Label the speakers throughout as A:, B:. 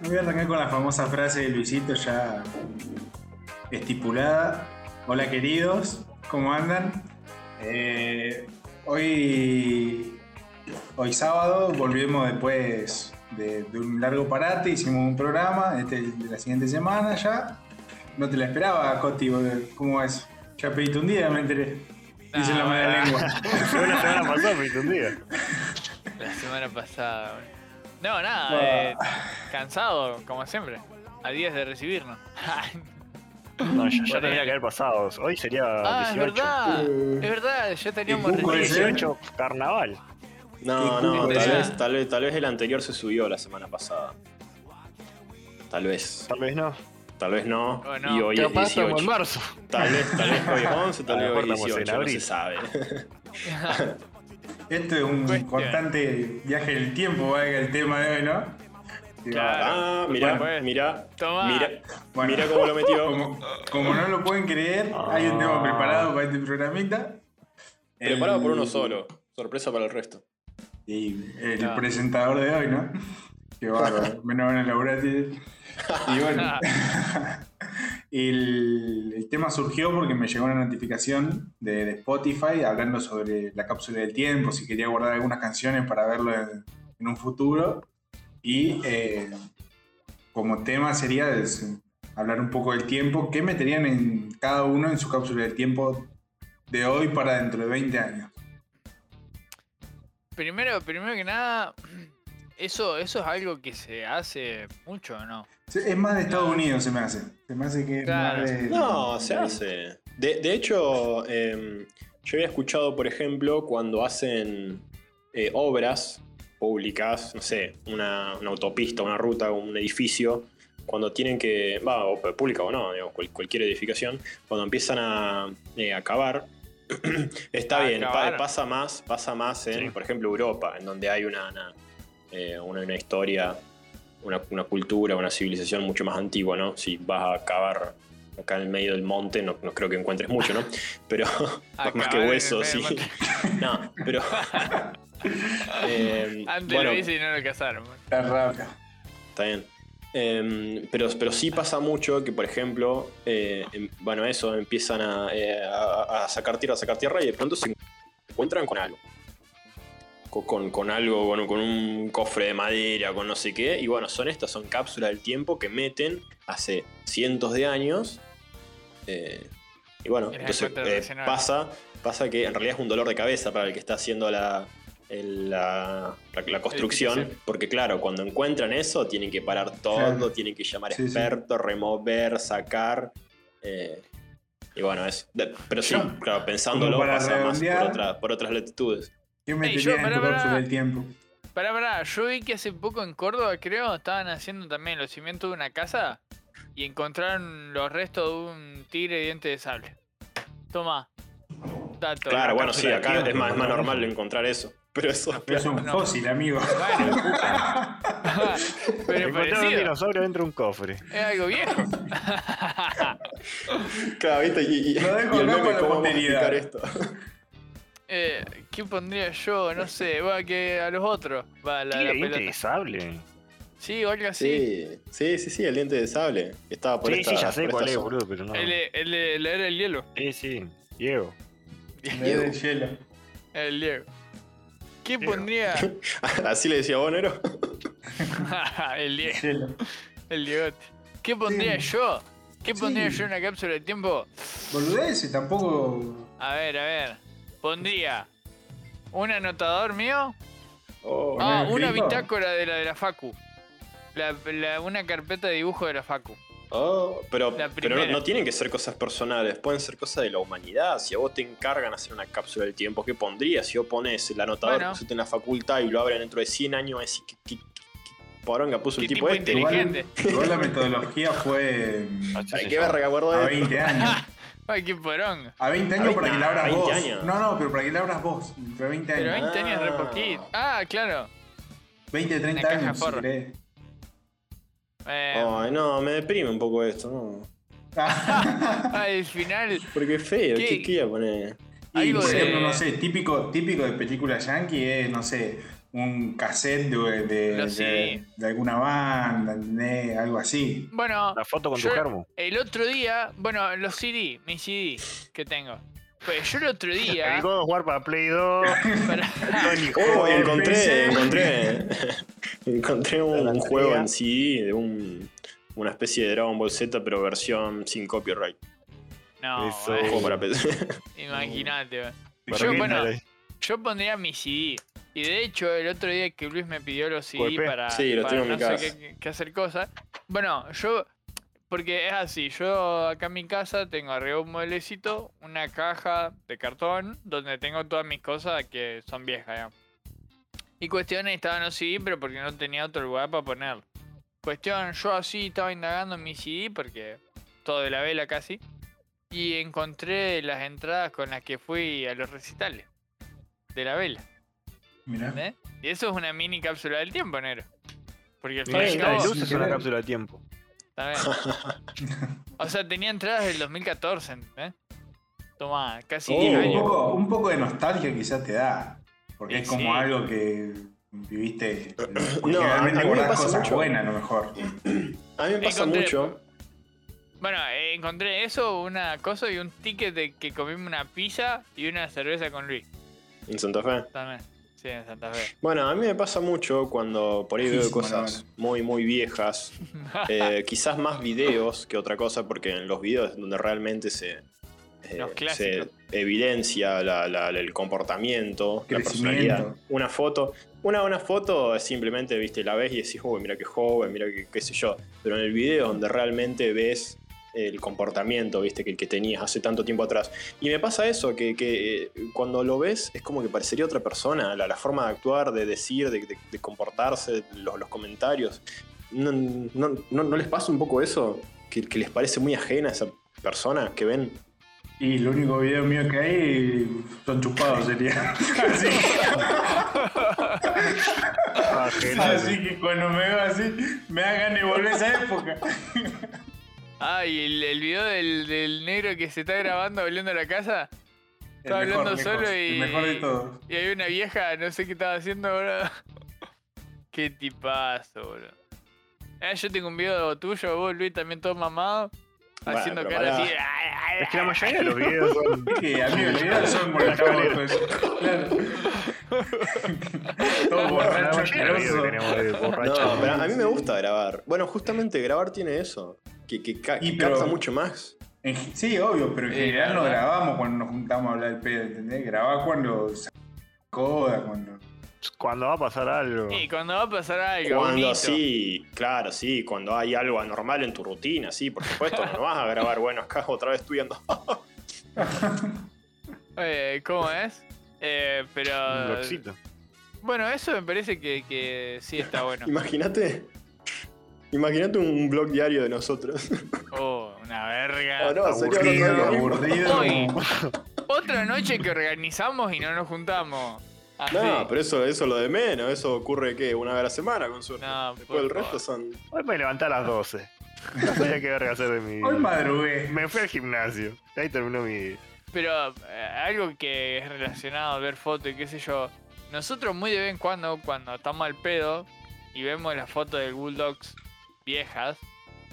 A: Me voy a arrancar con la famosa frase de Luisito ya estipulada. Hola queridos, ¿cómo andan? Eh, hoy, hoy sábado volvimos después de, de un largo parate, hicimos un programa, este es de la siguiente semana ya. No te la esperaba, Coti, boludo. ¿cómo es? Ya pediste un día, me enteré. Dice la
B: Ah.
A: mala lengua.
C: Una semana pasó, me entendía.
B: La semana pasada, güey. No, nada,
A: Bah.
B: eh, cansado, como siempre. A 10 de recibirnos. Ah,
C: No, ya, ya tendría que haber pasado. Hoy sería
B: ah, es
C: 18.
B: verdad,
D: Eh,
B: es verdad, ya teníamos
A: cuco
B: recibido.
A: ese.
C: 18 carnaval.
D: No,
A: Qué
D: no,
B: culpa
D: tal
B: tenía.
D: vez, tal, vez, tal vez el anterior se subió la semana pasada. Tal vez.
C: Tal vez no.
D: Tal vez no.
B: O no.
D: Y hoy es
C: Capaz estamos
D: 18.
C: en marzo.
D: Tal vez, tal vez hoy es 11, tal
C: A
D: vez
C: lo
D: hoy es
C: mejor estamos en
D: 18. No se
C: abril.
D: sabe.
A: Esto es un
B: Cuestión.
A: constante viaje del tiempo, vaya el tema de hoy, ¿no? Sí,
B: Claro.
D: Ah,
B: Bueno,
D: mirá, mirá.
B: Tomá.
D: Mirá,
A: pues. Bueno.
D: mirá cómo lo metió.
A: Como, como no lo pueden creer, hay un tema
C: Ah.
A: preparado para este programita. El-
D: Preparado por uno solo. Sorpresa para el resto.
A: Y eh, el
B: Claro.
A: presentador de hoy, ¿no? Qué bárbaro, menos van a laburar. tío. Y bueno, el, el tema surgió porque me llegó una notificación de, de Spotify hablando sobre la cápsula del tiempo, si quería guardar algunas canciones para verlo en, en un futuro. Y eh, como tema sería es, hablar un poco del tiempo, qué meterían en cada uno en su cápsula del tiempo de hoy para dentro de 20 años.
B: primero, primero que nada, eso, eso es algo que se hace mucho, ¿o no?
A: Sí, Es más de Estados Unidos, se me hace. Se me hace que es
B: Claro.
A: más de-
D: No, se hace. De, de hecho, eh, yo había escuchado, por ejemplo, cuando hacen eh, obras públicas, no sé, una, una autopista, una ruta, un edificio, cuando tienen que, va, o p- pública o no, digamos, cual- cualquier edificación, cuando empiezan a eh, acabar, está
B: A
D: bien, pa-
B: acabar.
D: pasa más, pasa más en,
C: Sí.
D: por ejemplo, Europa, en donde hay una, una, eh, una- una historia una, una cultura, una civilización mucho más antigua, ¿no? Si vas a cavar acá en el medio del monte, no, no creo que encuentres mucho, ¿no? Pero
B: A
D: más que
B: cavar en el
D: huesos, sí.
B: medio del
D: no, pero. Eh,
B: Antes
D: bueno,
B: lo hice y no lo pues. cazaron.
A: Está raro.
D: Está bien. Em, pero, pero sí pasa mucho que, por ejemplo, eh, em- bueno, eso, empiezan a, eh, a- a sacar tierra, a sacar tierra y de pronto se encuentran con algo. Co- Con, con algo, bueno, con un cofre de madera, con no sé qué. Y bueno, son estas, son cápsulas del tiempo que meten hace cientos de años. Eh, y bueno,
B: Era
D: entonces
B: cuenta de
D: eh,
B: recién ahora.
D: pasa, pasa que en realidad es un dolor de cabeza para el que está haciendo la, el- la, la- la construcción.
B: Edificación.
D: Porque claro, cuando encuentran eso, tienen que parar todo,
A: Claro.
D: tienen que llamar
A: Sí, sí.
D: expertos, remover, sacar. eh, y bueno, es. de- pero sí,
A: Yo-
D: claro, pensándolo
A: como para
D: pasa más por,
A: redondear.
D: otra- por otras latitudes.
A: Yo me
B: Ey,
A: tenía
B: yo,
A: en
B: pará,
A: tu
B: pará.
A: cápsula del tiempo.
B: Pará, pará, yo vi que hace poco en Córdoba, creo, estaban haciendo también los cimientos de una casa y encontraron los restos de un tigre de diente de sable. Toma. Dato.
D: Claro, bueno, sí,
C: cápsula
D: acá
C: del
D: es más, es
C: tiempo,
D: más
C: ¿no?
D: normal encontrar eso. Pero eso.
A: Pero es un
B: No.
A: fósil, amigo.
B: Bueno, pero
C: Encontraron un
B: parecido.
C: dinosaurio dentro de un cofre.
B: Es algo viejo.
D: Claro, viste, y, y-
A: Lo dejo
D: y el
A: acá
D: meme,
A: para la
D: ¿cómo vamos a
A: posteridad.
D: explicar esto?
B: Eh, ¿Qué pondría yo? No sé, va que a los otros. Va la, la
C: Tigre diente de
B: pelota.
C: sable.
B: Sí, o algo así.
D: Sí, sí, sí, sí, el diente de sable. que Estaba por
C: Sí,
D: esta-
C: sí, ya sé
D: por
C: cuál
D: esta
C: es,
D: zona.
C: boludo, pero no.
B: El, de- el de la era del hielo.
C: Sí, sí, Diego.
A: Me da el hielo.
B: El Diego. ¿Qué
C: Diego.
B: pondría?
D: Así le decía vos, Nero.
B: el Diego.
A: Hielo.
B: El Diegote. ¿Qué pondría yo? ¿Qué
A: Sí.
B: pondría yo en una cápsula de tiempo?
A: Boludeces, tampoco.
B: A ver, a ver. Pondría un anotador mío.
D: Oh,
A: ¿Poner
B: Ah,
A: el
B: una
A: grifo?
B: bitácora de la de la Facu. La- la- una carpeta de dibujo de la Facu.
D: Oh, pero,
B: La
D: pero no,
B: primera.
D: no tienen que ser cosas personales, pueden ser cosas de la humanidad. Si a vos te encargan hacer una cápsula del tiempo, ¿qué pondrías? Si vos pones el anotador
B: Bueno.
D: que pusiste en la facultad y lo abren dentro de 100 años, decís que, que, que poronga puso
B: ¿Qué
D: el
B: tipo
D: tipo este.
B: inteligente?
D: Igual
A: Igual, igual la metodología fue
C: Ah,
A: mm,
D: ¿Para qué verga guardó
A: a
D: esto?
A: 20 años.
B: Ay, qué porón.
A: A 20 años para que la abras
D: 20
A: vos.
D: años.
A: No, no, pero para que la abras vos. Entre 20
B: Pero
A: años.
B: 20 años es re poquito. Ah, claro.
A: 20, 30
B: Una caja
A: años, si
B: forro.
A: querés.
B: Eh,
C: Oh.
D: Ay, no, me deprime un poco esto, ¿no?
B: Al Ah, final,
D: Porque es feo, ¿qué,
B: ¿Qué?
D: qué iba a poner?
A: Y
B: Algo
A: por
B: de-
A: ejemplo, no sé, típico, típico de película yankee es, no sé, un cassette de, de-
B: Lo sé.
A: de- de alguna banda, ¿entendés? algo así.
B: bueno,
C: La foto con
B: Yo-
C: tu germo.
B: el otro día, bueno, los CD, mis CD que tengo. Pues yo el otro día.
C: El God of War para Play 2.
B: pará,
C: Tony
D: Oh,
C: Hawk.
D: encontré,
A: pensé.
D: encontré. encontré un,
C: Piratería.
D: juego en CD de un, una especie de Dragon Ball Z, pero versión sin copyright.
B: no,
C: Eso.
B: eh,
D: Un juego para PC.
B: imagínate. eh.
C: Para
B: Yo,
C: mí,
B: bueno,
C: dale.
B: yo pondría mi CD. Y de hecho, el otro día que Luis me pidió los CD
C: Golpe.
B: para,
D: Sí, los
B: para
D: tengo en
B: no
D: mi
B: sé
D: casa.
B: qué, qué hacer cosas. Bueno, yo. Porque es así, yo acá en mi casa tengo arriba un mueblecito, una caja de cartón, donde tengo todas mis cosas que son viejas, digamos. Y cuestión, estaban los CD, pero porque no tenía otro lugar para ponerlo. Cuestión, yo así estaba indagando en mi CD, porque todo de la vela casi. Y encontré las entradas con las que fui a los recitales. De la vela.
A: Mirá.
B: ¿eh? Y eso es una mini cápsula del tiempo, negro. Porque al fin
C: Mira,
B: y al
A: Bien,
C: la
B: cabo,
A: nice.
C: luz es una
A: Genial.
C: cápsula de tiempo.
B: está bien. O sea, tenía entradas del 2014, ¿entendés? ¿eh? Toma, casi
D: Oh.
B: 10
A: un,
B: años.
A: poco, un poco de nostalgia quizás te da, porque
B: Y
A: es como
B: sí.
A: algo que viviste.
D: No, a- a mí me
A: generalmente guardás
D: pasa
A: cosas
D: mucho.
A: buenas a lo mejor.
D: A mí me pasa
B: Encontré-
D: mucho.
B: Bueno, eh, encontré eso, una cosa y un ticket de que comimos una pizza y una cerveza con Luis.
D: En Santa Fe.
B: También. Sí, en Santa Fe.
D: Bueno, a mí me pasa mucho cuando por ahí veo
A: Fijísimo, la
D: cosas
A: verdad.
D: muy, muy viejas. Eh, quizás más videos que otra cosa, porque en los videos es donde realmente se, eh,
B: Los
D: se
B: clásicos.
D: evidencia la- la- el comportamiento, la
A: Crecimiento.
D: personalidad. Una foto, una, una foto es simplemente, viste, la ves y decís, uy, mira qué joven, mira qué, qué sé yo. Pero en el video donde realmente ves el comportamiento, viste, que, que tenías hace tanto tiempo atrás. Y me pasa eso, que, que, eh, cuando lo ves es como que parecería otra persona, la, la forma de actuar, de decir, de, de- de comportarse, los, los comentarios. ¿No, no, no, no les pasa un poco eso? Que, que les parece muy ajena a esa persona que ven.
A: Y el único video mío que hay son chupados, sería. así,
C: Ah, genial.
A: así que cuando me veo así, me hagan ganas de volver a esa época.
B: Ah, y el, el video del, del negro que se está grabando volviendo a la casa. Estaba
A: El
B: hablando
A: lejos,
B: solo y-
A: El mejor de todos.
B: Y hay una vieja, no sé qué estaba haciendo, boludo. Qué tipazo, boludo. Ah, yo tengo un video tuyo, vos, Luis, también todo mamado.
D: Bueno,
B: haciendo
D: pero
B: cara
D: pará.
B: así.
C: Es que la mayoría de los videos son.
A: Que amigos, los videos son por acá pues, Claro. Todo
C: La
A: borracho,
C: mayoría de los videos que
A: asqueroso.
C: tenemos de
D: No,
C: borracho.
D: pero a mí me gusta grabar. Bueno, justamente grabar tiene eso, que, que, ca-
A: Y
D: que
A: pero-
D: capta mucho más.
A: En ge- Sí, obvio, pero en
B: Sí,
A: general no
B: la verdad.
A: grabamos cuando nos juntamos a hablar el pedo, ¿entendés? Grabás cuando se coda, cuando.
C: Cuando va a pasar algo.
B: Y cuando va a pasar algo,
D: Cuando
B: bonito.
D: sí, claro, sí, cuando hay algo anormal en tu rutina, sí, por supuesto, no vas a grabar, bueno, acá otra vez estudiando.
B: Eh, ¿Cómo es? Eh,
C: Un
B: pero.
C: bloxito.
B: Bueno, eso me parece que, que sí está bueno.
D: Imagínate. Imagínate un blog diario de nosotros.
B: Oh, una verga.
D: Ah, no,
C: aburrido,
D: sería otro blog.
A: Aburrido.
B: Hoy, otra noche que organizamos y no nos juntamos. Así.
D: No, pero eso, eso es lo de menos, eso ocurre que una vez a la semana con suerte.
B: No,
D: Después
B: por
D: el
B: favor.
D: resto son.
C: Hoy me levanté a las 12. No sabía qué verga hacer de mi
A: Hoy
C: vida.
A: madrugué.
C: Me fui al gimnasio. Ahí terminó mi.
B: Pero eh, algo que es relacionado a ver fotos y qué sé yo. Nosotros muy de vez en cuando, cuando estamos al pedo y vemos las fotos del Bulldogs viejas,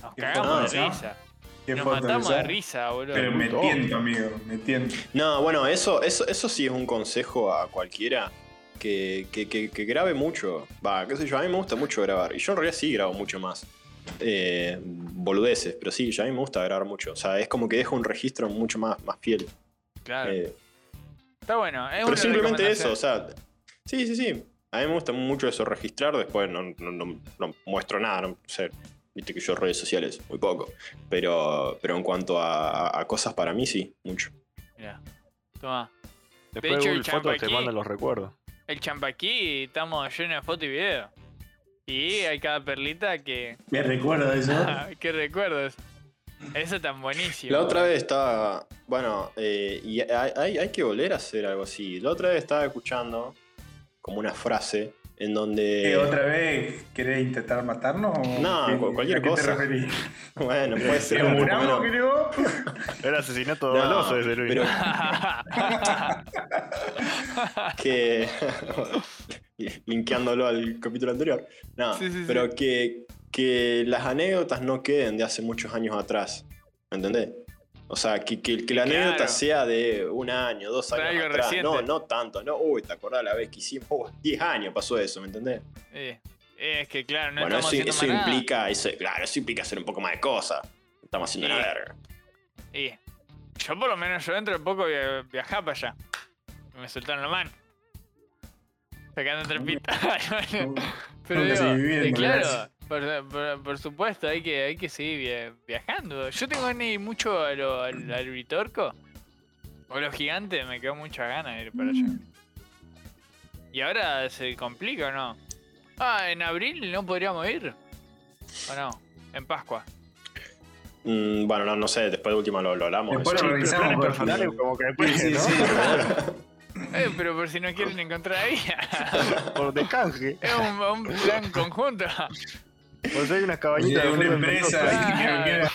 B: nos
A: Qué
B: cagamos
D: fotos,
B: de
A: ¿no?
B: risa.
A: Qué
B: Nos
A: foto
B: matamos
A: esa.
B: de risa, boludo.
A: Pero me
D: Oh.
A: tiento, amigo, me tiento.
D: No, bueno, eso, eso, eso sí es un consejo a cualquiera que, que- que- que grabe mucho. Va, qué sé yo, a mí me gusta mucho grabar. Y yo en realidad sí grabo mucho más. Eh, boludeces, pero sí, ya a mí me gusta grabar mucho. O sea, es como que dejo un registro mucho más, más fiel.
B: Claro.
D: Eh,
B: Está bueno. Es
D: Pero
B: una
D: simplemente eso,
B: recomendación.
D: o sea. Sí, sí, sí. A mí me gusta mucho eso, registrar. Después no, no- no- no muestro nada, no sé. Viste que yo redes sociales, muy poco. Pero, pero en cuanto a, a- a cosas para mí, sí, mucho.
B: Mirá. Tomá.
C: Después
B: hecho,
C: de
B: el
C: Google Fotos te
B: champaquí-
C: mandan los recuerdos.
B: El champaquí estamos llenos de fotos y videos. Y hay cada perlita que.
A: Me recuerdo de eso.
B: que recuerdos. Eso tan buenísimo.
D: La otra vez estaba. Bueno, eh, y hay, hay- hay que volver a hacer algo así. La otra vez estaba escuchando como una frase en
A: ¿Qué,
D: donde...
A: Eh, ¿Otra vez querés intentar matarnos? o
D: No,
A: qué-
D: cu- cualquier
A: ¿a qué
D: cosa.
A: te referís?
D: Bueno, puede ser.
A: ¿Te
D: un poco
A: muramos,
D: menos.
A: querido?
C: Era asesinato
D: No,
C: doloso ese Luis.
D: pero- que linkeándolo al capítulo anterior no,
B: Sí, sí, sí.
D: pero que que las anécdotas no queden de hace muchos años atrás ¿me entendés? o sea que, que, que la
B: Claro.
D: anécdota sea de un año dos
B: De
D: años
B: algo
D: atrás
B: reciente.
D: no no tanto no uy te acordás la vez que hicimos Uy, 10 años pasó eso ¿me entendés?
B: Eh, es que claro, no
D: bueno
B: estamos
D: eso,
B: haciendo
D: eso
B: más nada.
D: implica eso claro eso implica hacer un poco más de cosas No estamos haciendo
B: Sí.
D: una verga
B: Y yo por lo menos yo dentro de poco voy a viajar para allá. Y Me soltaron la mano. Sacando trepita. Pero
A: Nunca
B: digo,
A: seguí
B: eh,
A: viviendo,
B: claro,
A: gracias.
B: por, por- por supuesto, hay que, hay que seguir via- viajando. Yo tengo ganas de ir mucho a lo- al, al Uritorco. O los gigantes, me quedo muchas ganas de ir para allá. ¿Y ahora se complica o no? Ah, en abril no podríamos ir. ¿O no? En Pascua.
D: Mm, bueno no, no sé después de última lo, lo hablamos
A: Después
D: eso.
A: lo
C: Pero
A: revisamos.
C: planes
A: por
C: personales
A: favor.
C: como que
A: Sí,
C: después,
A: sí,
C: ¿no?
A: sí.
B: Eh, pero por si no quieren encontrar ahí.
C: Por descanje.
B: es un, un plan conjunto.
C: Por si hay unas
A: Oye,
C: cabañitas de
A: una
C: fútbol en Mendoza.
A: empresa.
B: Ah.
A: que no quiera-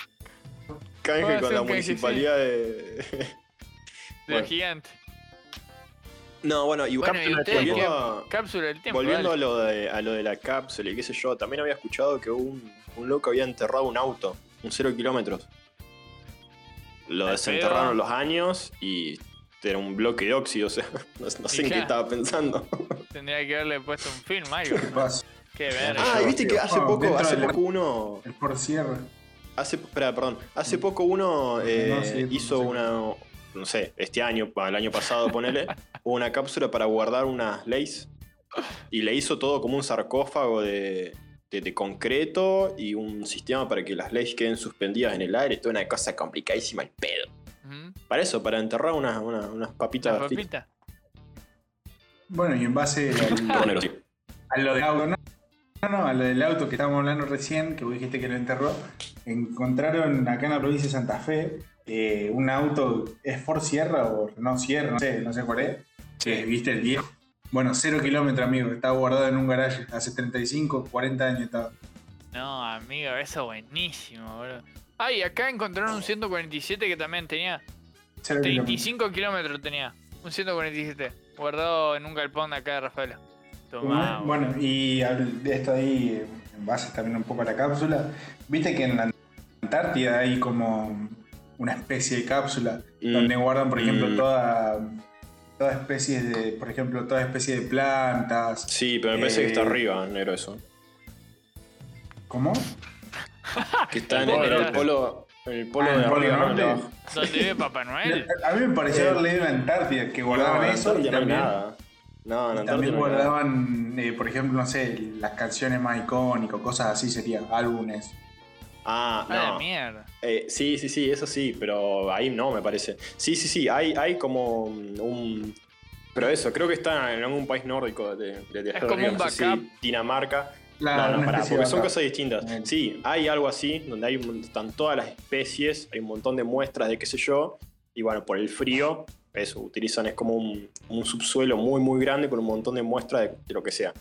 B: Puedo
D: canje
B: hacer
D: con la
B: un canje, sí.
D: municipalidad de
B: De
D: Bueno.
B: gigante.
D: No, bueno, y,
B: Bueno, ¿y
C: cápsula de
B: ustedes
C: tiempo.
B: qué?
D: volviendo, a,
B: Cápsula del tiempo.
D: volviendo a,
B: dale.
D: lo de, a lo de la cápsula y qué sé yo, también había escuchado que un, un loco había enterrado un auto, un cero kilómetros. Lo
B: Al
D: desenterraron
B: pedo.
D: los años y era un bloque de óxido, o sea, no, no sé en qué
B: claro.
D: estaba pensando.
B: Tendría que haberle puesto un film, algo.
A: ¿Qué pasa?
B: Qué verga.
D: Ah, y viste que hace
A: Ah,
D: poco,
A: dentro
D: hace
A: del-
D: poco uno
A: El por cierre.
D: Hace, espera, perdón, hace poco uno eh,
A: No, sí,
D: hizo
A: sí.
D: una, no sé, este año, el año pasado, ponele, una cápsula para guardar unas leyes y le hizo todo como un sarcófago de, de- de concreto y un sistema para que las leyes queden suspendidas en el aire, toda una cosa complicadísima al pedo.
B: Ujú.
D: Para eso, para enterrar unas, unas, unas papitas
B: La
D: fritas.
B: papita.
A: Bueno, y en base al,
D: Ponelo así.
A: a lo del auto, no, no, no, a lo del auto que estábamos hablando recién, que vos dijiste que lo enterró, encontraron acá en la provincia de Santa Fe eh, un auto, es Ford Sierra o no Sierra, no sé, no sé cuál es, que viste el 10. Bueno, cero kilómetros, amigo, estaba guardado en un garaje, hace 35, 40 años estaba.
B: No, amigo, eso buenísimo, boludo. Ay, acá encontraron un 147 que también tenía.
A: Cero kilómetros.
B: 35 kilómetros tenía. Un 147. Guardado en un galpón de acá de Rafaela. Tomá. boludo.
A: Bueno, y al- de esto ahí, en base también un poco a la cápsula, viste que en la Antártida hay como una especie de cápsula
D: Mm.
A: donde guardan, por ejemplo,
D: Mm.
A: toda, toda especie de, por ejemplo, toda especie de plantas.
D: Sí, pero me parece
A: Eh,
D: que está arriba, negro, eso.
A: ¿Cómo?
D: Que está en,
C: el
D: en
B: polo
D: el
B: norte.
D: polo, en el polo
A: Ah,
D: de
A: ¿el polo
D: arriba, no,
A: norte?
D: de abajo.
B: ¿Dónde vive Papá Noel?
A: A mí me pareció
D: Eh,
A: haber leído en la Antártida que
D: No,
A: guardaban
D: Ah, en
A: eso.
D: Antártida
A: y
D: no hay
A: también-
D: nada. No, en
A: y
D: Antártida
A: también
D: no hay nada.
A: guardaban, eh, por ejemplo, no sé, las canciones más icónicas, cosas así sería, álbumes.
D: Ah,
B: A la
D: no.
B: mierda.
D: Eh, sí, sí, sí, eso sí, pero ahí no, me parece. Sí, sí, sí, hay, hay como un... Pero eso, creo que está en algún país nórdico de, de, de-
B: Es como
D: no
B: un
D: sé si
B: backup.
D: Dinamarca.
A: Claro,
D: no, no,
A: una
D: pará,
A: especie
D: porque
A: de
D: son
A: vaca.
D: cosas distintas.
A: Bien.
D: Sí, hay algo así, donde hay un mon- están todas las especies, hay un montón de muestras de qué sé yo, y bueno, por el frío, eso, utilizan, es como un, un subsuelo muy, muy grande con un montón de muestras de, de lo que sea.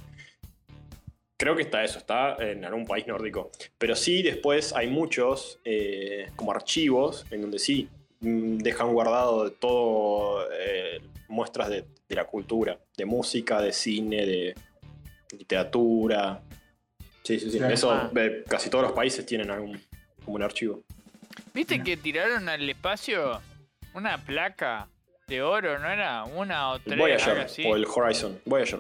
D: Creo que está eso, está en algún país nórdico. Pero sí, después hay muchos eh, como archivos en donde sí mm, dejan guardado todo eh, muestras de, de la cultura, de música, de cine, de literatura. Sí, sí, sí.
A: Claro.
D: Eso
B: Ah.
D: eh, casi todos los países tienen algún como un archivo.
B: ¿Viste
A: No.
B: que tiraron al espacio una placa de oro, no era? Una o
D: El
B: tres, algo
D: Voyager
B: así.
D: o el Horizon. Voyager.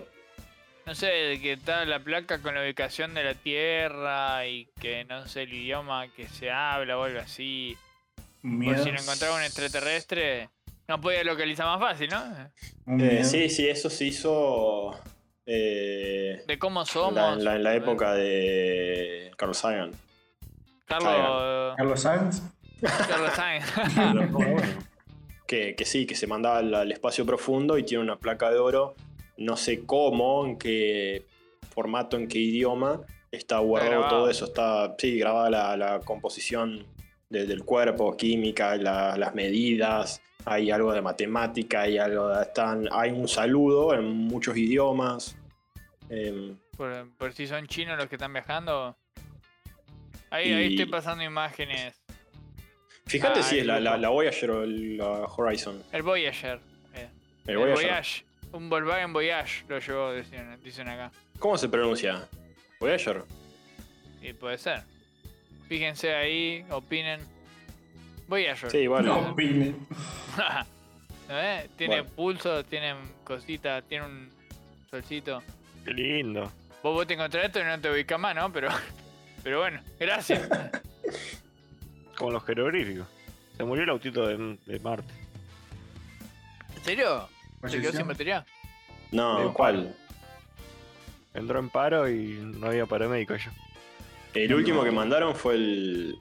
B: No sé, el que está la placa con la ubicación de la Tierra y que no sé el idioma que se habla o algo así. Por
A: Miedos.
B: si lo encontraba un extraterrestre, no podía localizar más fácil, ¿no?
A: Un
D: Eh,
A: miedo.
D: sí, sí, eso se hizo eh,
B: De cómo
D: en,
B: somos.
D: la, en la- en la época de Carl Sagan.
B: Carlos,
A: Carlos Sainz.
B: Carlos Sainz.
D: que, que sí, que se mandaba al, al espacio profundo y tiene una placa de oro, no sé cómo, en qué formato, en qué idioma, está guardado
B: grabado.
D: todo eso, está sí, grabada la, la composición de- del cuerpo, química, la- las medidas, hay algo de matemática, hay algo de, están, hay un saludo en muchos idiomas. Em,
B: Por, por si son chinos los que están viajando. Ahí, ahí
D: Y-
B: estoy pasando imágenes.
D: fíjate
B: Ah,
D: si es la,
B: el
D: la-
B: grupo.
D: la Voyager o la Horizon.
B: El Voyager. eh.
D: El Voyager.
B: Un Volkswagen Voyage lo llevó, dicen, dicen acá.
D: ¿Cómo se pronuncia? ¿Voyager?
B: Y puede ser. Fíjense ahí, opinen. Voyager.
D: Sí,
A: No
D: bueno.
A: opinen.
B: ¿No ves? ¿Eh? Tiene
D: Bueno.
B: pulso, tiene cosita, tiene un solcito.
C: Qué lindo.
B: Vos, vos te encontrás esto y no te ubicás más, ¿no? Pero, pero bueno, gracias.
C: Como los jeroglíficos. Se murió el autito de, de Marte.
B: ¿En serio? ¿Se quedó
A: Falleció.
B: sin batería?
D: No, ¿cuál?
C: Entró en paro y no había paramédico yo.
D: El último que mandaron fue el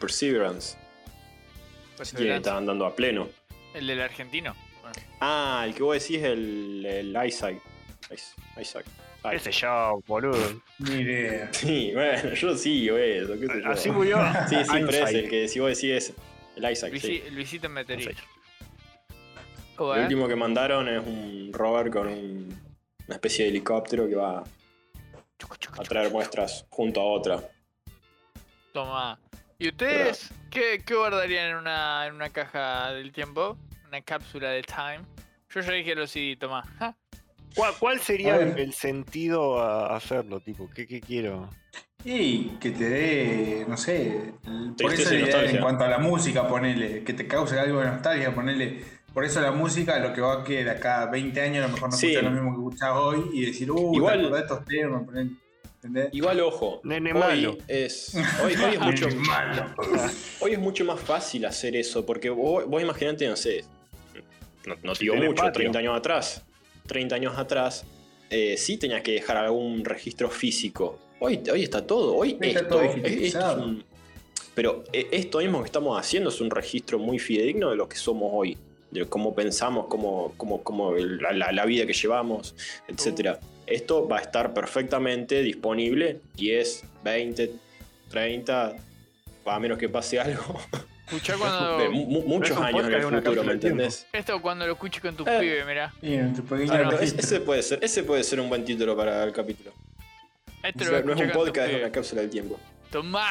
D: Perseverance, que
B: Perseverance.
D: estaban dando a pleno.
B: Pues, El del argentino. Bueno.
D: Ah, el que vos decís es el, el Isaac. Is- Isaac.
C: Qué sé yo, boludo.
A: Ni idea.
D: Sí, bueno, yo sí, güey. eso, qué sé yo.
C: Así murió.
D: Sí, sí, pero es
C: Einstein.
D: el que si vos decís es el Isaac.
B: Luisi-
D: sí.
B: Luisito en batería. Oh,
C: Einstein.
B: ¿Cómo
D: El
B: es?
D: último que mandaron es un rover con un- una especie de helicóptero que va a traer muestras junto a otra.
B: Toma. ¿Y ustedes qué, qué guardarían en una, en una caja del tiempo? Una cápsula de time. Yo ya dije lo sí, toma. Ja.
C: ¿Cuál, cuál sería
A: A ver.
C: el sentido a hacerlo? Tipo, ¿qué, qué quiero?
A: Y que te dé, no sé, por
D: Tristeza
A: eso
D: y
A: la idea
D: nostalgia.
A: en cuanto a la música, ponele, que te cause algo de nostalgia, ponele. Por eso la música, lo que va a que de acá 20 años, a lo mejor no
D: Sí.
A: escuchas lo mismo que escuchas hoy y decir, uh,
D: Igual-
A: te acordás de estos temas, ponele. ¿Entendés?
D: Igual, ojo.
C: Nene
D: hoy
C: malo.
D: Es, hoy, hoy es mucho,
A: malo.
D: hoy es mucho más fácil hacer eso, porque vos, vos imaginate, no sé, no, no te digo
C: Tenés
D: mucho,
C: patio.
D: 30 años atrás. 30 años atrás, eh, sí tenías que dejar algún registro físico. Hoy, hoy está todo, hoy
A: Está
D: esto,
A: todo
D: esto es
A: digitalizado.
D: un- pero eh, esto mismo que estamos haciendo es un registro muy fidedigno de lo que somos hoy, de cómo pensamos, cómo, cómo, cómo el- la, la- la vida que llevamos, etcétera. Esto va a estar perfectamente disponible 10, 20, 30, a menos que pase algo,
B: Escuchá
D: de
B: cuando.
D: mu- mu- muchos
C: un
D: años
C: podcast,
D: en el
C: es una
D: futuro,
C: cápsula
D: ¿me
C: del tiempo.
D: entendés?
B: Esto cuando lo escuches con tus
D: Eh.
B: pibes, mirá.
A: Y en tu pequeño
D: Ah, no, es-
A: registro.
D: ese, puede ser, ese puede ser un buen título para el capítulo.
B: Esto
D: No,
B: lo voy a
D: no es
B: escuchar
D: un
B: con tus
D: podcast, es
B: pibes.
D: una cápsula del tiempo.
B: Tomá.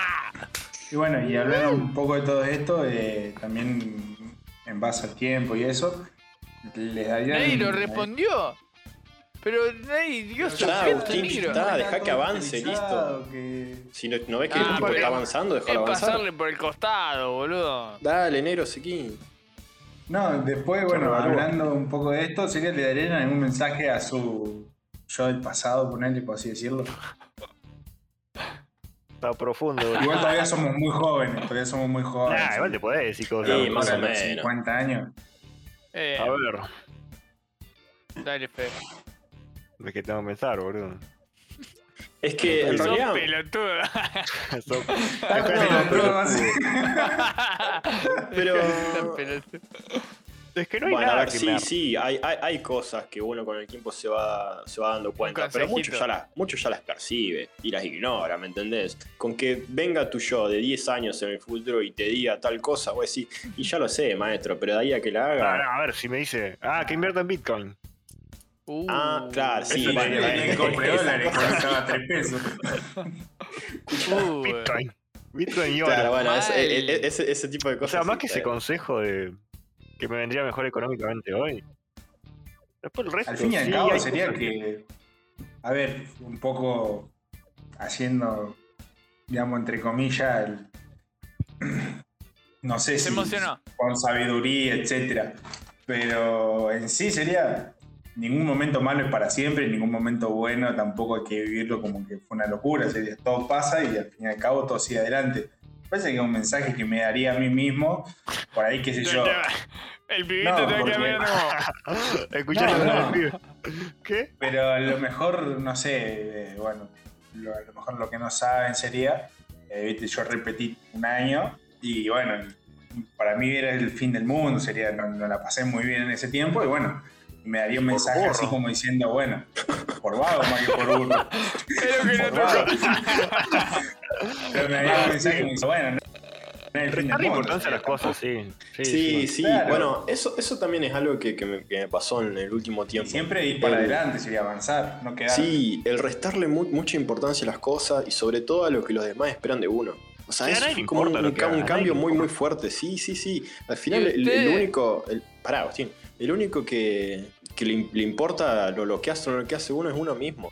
A: Y bueno, y hablar un poco de todo esto, eh, también en base al tiempo y eso, les daría.
B: Nadie lo respondió. Pero nadie dio su
D: Ya,
B: objeto
D: Agustín, ya
B: negro.
D: está. dejá que avance, listo.
A: Que...
D: Si no, ¿no ves que
B: Ah,
D: el tipo
B: pero
D: está avanzando,
B: Es
D: déjalo avanzar.
B: pasarle por el costado, boludo.
D: Dale, negro, seguí.
A: No, después, bueno,
D: Claro.
A: hablando un poco de esto, sería le darían algún mensaje a su yo del pasado, ponerle, por así decirlo.
C: Está profundo, boludo.
A: Igual todavía somos muy jóvenes, todavía somos muy jóvenes.
C: Nah, igual te podés decir cosas.
D: Sí, más o
A: Para los
D: menos.
A: 50 años.
B: Eh,
C: A ver,
B: dale, Fede.
C: es que tengo que pensar, boludo.
D: Es que en
B: Sos
D: realidad.
B: pelotudo.
C: Eso-
A: Está como
C: Espera,
A: la
C: no,
A: prueba,
C: pero-
A: así.
D: Pero-
B: Sos pelotudo.
C: Es que no hay
D: Bueno, a
C: nada
D: ver,
C: que
D: sí,
C: me-
D: sí, hay, hay, hay cosas que uno con el tiempo se va, se va dando cuenta, pero
B: consejito.
D: muchos ya, las, muchos ya las percibe y las ignora, ¿me entendés? Con que venga tu yo de 10 años en el futuro y te diga tal cosa, vos decís, y ya lo sé, maestro, pero de ahí a que la
C: Ah,
D: haga.
C: no, a ver, si me dice, ah, que invierta en Bitcoin.
B: Uh.
D: Ah, claro, sí,
A: Eso
D: bueno,
A: tiene
D: eh,
A: que comprar
D: esas
A: dólares,
D: cosas.
A: cuando estaba a 3 pesos.
B: Uh,
C: Bitcoin. Bitcoin y oro.
D: Claro, bueno, es-
B: Mal.
D: eh, eh, ese, ese tipo de
C: o
D: cosas.
C: sea, más
D: sí,
C: que ese
D: eh,
C: consejo de que me vendría mejor económicamente hoy. Después el resto.
A: Al fin y al
C: sí,
A: cabo
C: hay
A: sería
C: cosas
A: que, a ver, un poco haciendo, digamos, entre comillas, el- no sé
B: Se
A: si
B: emocionó.
A: con sabiduría, etcétera. Pero en sí sería, ningún momento malo es para siempre, ningún momento bueno tampoco hay que vivirlo como que fue una locura. Sería, todo pasa y al fin y al cabo todo sigue adelante. Parece que es un mensaje que me daría a mí mismo, por ahí qué sé yo.
B: El pibito
A: No,
B: te va a
A: porque-
B: quedar mirando como,
C: Escuchá
A: No,
C: lo que
A: no.
C: me escribe. ¿Qué?
A: Pero a lo mejor, no sé, eh, bueno, lo- a lo mejor lo que no saben sería, eh, viste, yo repetí un año y bueno, para mí era el fin del mundo, sería, no, no la pasé muy bien en ese tiempo y bueno, me daría un
C: Por
A: mensaje
C: burro.
A: así como diciendo, bueno, por vago más que por burro.
B: "Es lo que no
A: Por
B: tocó".
A: vago. Pero me daría un mensaje como diciendo, bueno, no, el fin del
C: Darle
A: mundo,
C: importancia a las
A: tampoco.
C: cosas, sí. Sí,
D: Sí, sí.
A: claro.
D: Bueno, eso, eso también es algo que, que me, que me pasó en el último tiempo.
A: Siempre ir para
D: El-
A: adelante, sí, avanzar, no quedar.
D: Sí, el restarle mu- mucha importancia a las cosas y sobre todo a lo que los demás esperan de uno. O sea,
C: Sí, a
D: eso
C: nadie
D: fue
C: le
D: como un,
C: importa lo que
D: ca-
C: haga,
D: un
C: a
D: cambio
C: nadie le
D: muy, muy
C: importa.
D: fuerte. Sí, sí, sí. Al final,
B: ¿Y
D: el, el
B: ustedes?
D: único. El, pará, Agustín. El único que, que le, im- le importa lo, lo que hace o no lo que hace uno es uno mismo.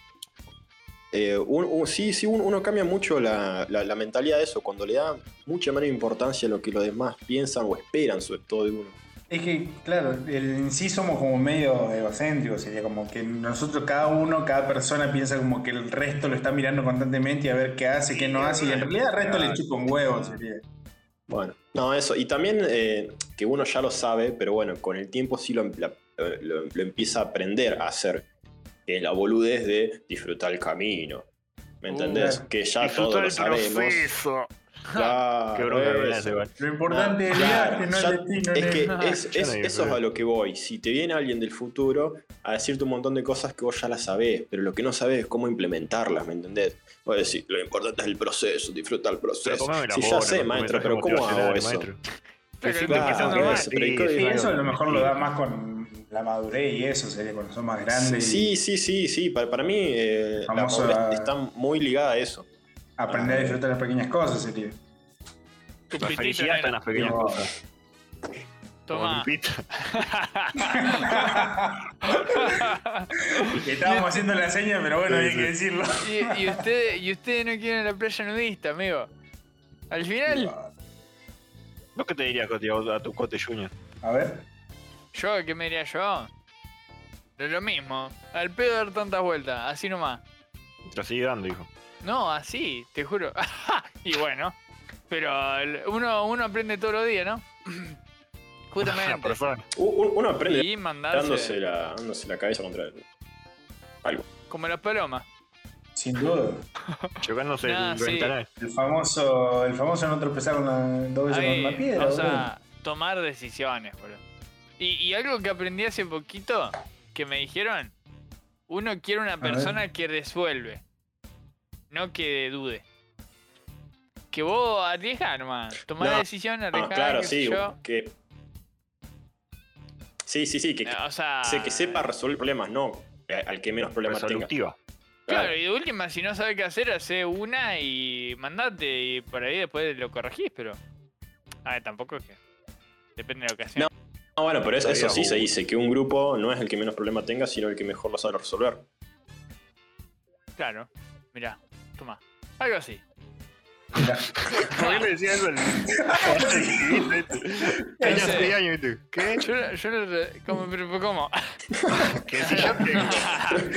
D: Eh, un- un- sí, sí, un- uno cambia mucho la, la- la mentalidad de eso cuando le da mucha menos importancia a lo que los demás piensan o esperan, sobre todo de uno.
A: Es que, claro, el- en sí somos como medio egocéntricos, sería como que nosotros, cada uno, cada persona piensa como que el resto lo está mirando constantemente y a ver qué hace, qué no hace, y en realidad el resto le chupa un huevo, sería.
D: Bueno, no, eso. Y también eh, que uno ya lo sabe, pero bueno, con el tiempo sí lo, empla- lo- lo empieza a aprender a hacer. Que es la boludez de disfrutar el camino. ¿Me
B: Uh,
D: entendés? que ya
C: Disfruta
D: todos lo
C: el
D: sabemos. Ah, pues,
C: proceso.
D: Claro,
C: Qué bronca que me
D: eso.
C: das, igual.
A: Lo importante es el
D: Ah, Claro,
A: viaje, no
D: ya-
A: el destino.
D: Es
A: ¿no?
D: que
B: Ajá.
D: es-
C: Ya
D: es-
C: no hay
D: eso es
C: problema.
D: a lo que voy. Si te viene alguien del futuro a decirte un montón de cosas que vos ya las sabés, pero lo que no sabés es cómo implementarlas, ¿me entendés? Vos decís, lo importante es el proceso, disfrutar el
C: Pero
D: proceso.
C: comeme la
D: Si ya
C: bola,
D: sé,
C: no
D: maestro,
C: me
D: pero
C: traje
D: ¿cómo hago
C: motivacional,
D: eso?
C: maestro.
B: Pero
C: Sí,
B: el que está
D: claro,
B: normal.
D: eso, pero ¿y
C: sí,
D: qué-
A: Sí,
C: sí,
A: eso a lo
C: sí.
A: mejor lo da más con la madurez y eso, sería cuando son más grandes
D: Sí,
A: y
D: sí, sí, sí. Para, para mí eh, la
A: Famoso,
D: madurez
A: ah.
D: está muy ligada a eso.
A: aprender a disfrutar las pequeñas cosas, sería.
B: Tu
C: La
B: pitito,
C: felicidad está en
B: nena.
C: las pequeñas
A: No.
C: cosas. Como
B: Toma.
C: tu pito.
A: Estábamos haciendo la seña, pero bueno,
D: Sí,
A: hay
D: sí.
A: que decirlo.
B: Y, y ustedes y ustedes no quieren la playa nudista, amigo. Al final,
C: ¿Vos qué te dirías, Coti, a vos- a tu Cote Junior?
A: A ver.
B: yo, ¿qué me diría yo? Pero Lo mismo. Al pedo dar tantas vueltas, así nomás.
C: Te lo sigue dando, hijo.
B: No, así, te juro. y bueno. Pero el- uno, uno aprende todos los días, ¿no?
C: La
A: pues,
B: Justamente.
C: persona.
D: U- u- Uno aprende
B: y
D: dándose
B: mandarse
D: la, dándose la cabeza contra el- algo.
B: como las palomas.
A: Sin duda.
C: Chocándose
B: Ah,
C: el
B: sí.
C: ventanal.
A: El famoso, el famoso no tropezar una, dos veces
B: Hay-
A: con una piedra.
B: o sea, tomar decisiones, boludo. Y, y algo que aprendí hace poquito, que me dijeron, uno quiere una
A: ver.
B: persona que resuelve, no que dude. Que vos arriesgar, nomás. Tomar
D: No.
B: la decisión,
D: Ah,
B: arriesgar,
D: claro,
B: qué sé
D: sí.
B: yo.
D: Que... Sí, sí, sí. Que, que,
B: Eh, O sea,
D: se- que sepa resolver problemas, no eh, al que menos problemas tenga.
C: Resolutiva.
B: Claro, y de última, si no sabes qué hacer, hace una y mandate y por ahí después lo corregís, pero... A ver, tampoco es que... Depende de la ocasión.
D: Ah, bueno, pero es- eso
C: Todavía
D: sí se
C: hubo.
D: dice, que un grupo no es el que menos problema tenga, sino el que mejor lo sabe resolver.
B: Claro. Mirá, toma. Algo así.
C: ¿Por qué le decía eso al
B: Tenía Sí. seis
C: años, ¿viste? ¿Qué?
B: Yo, yo lo re- como, pero ¿cómo?
C: Que si yo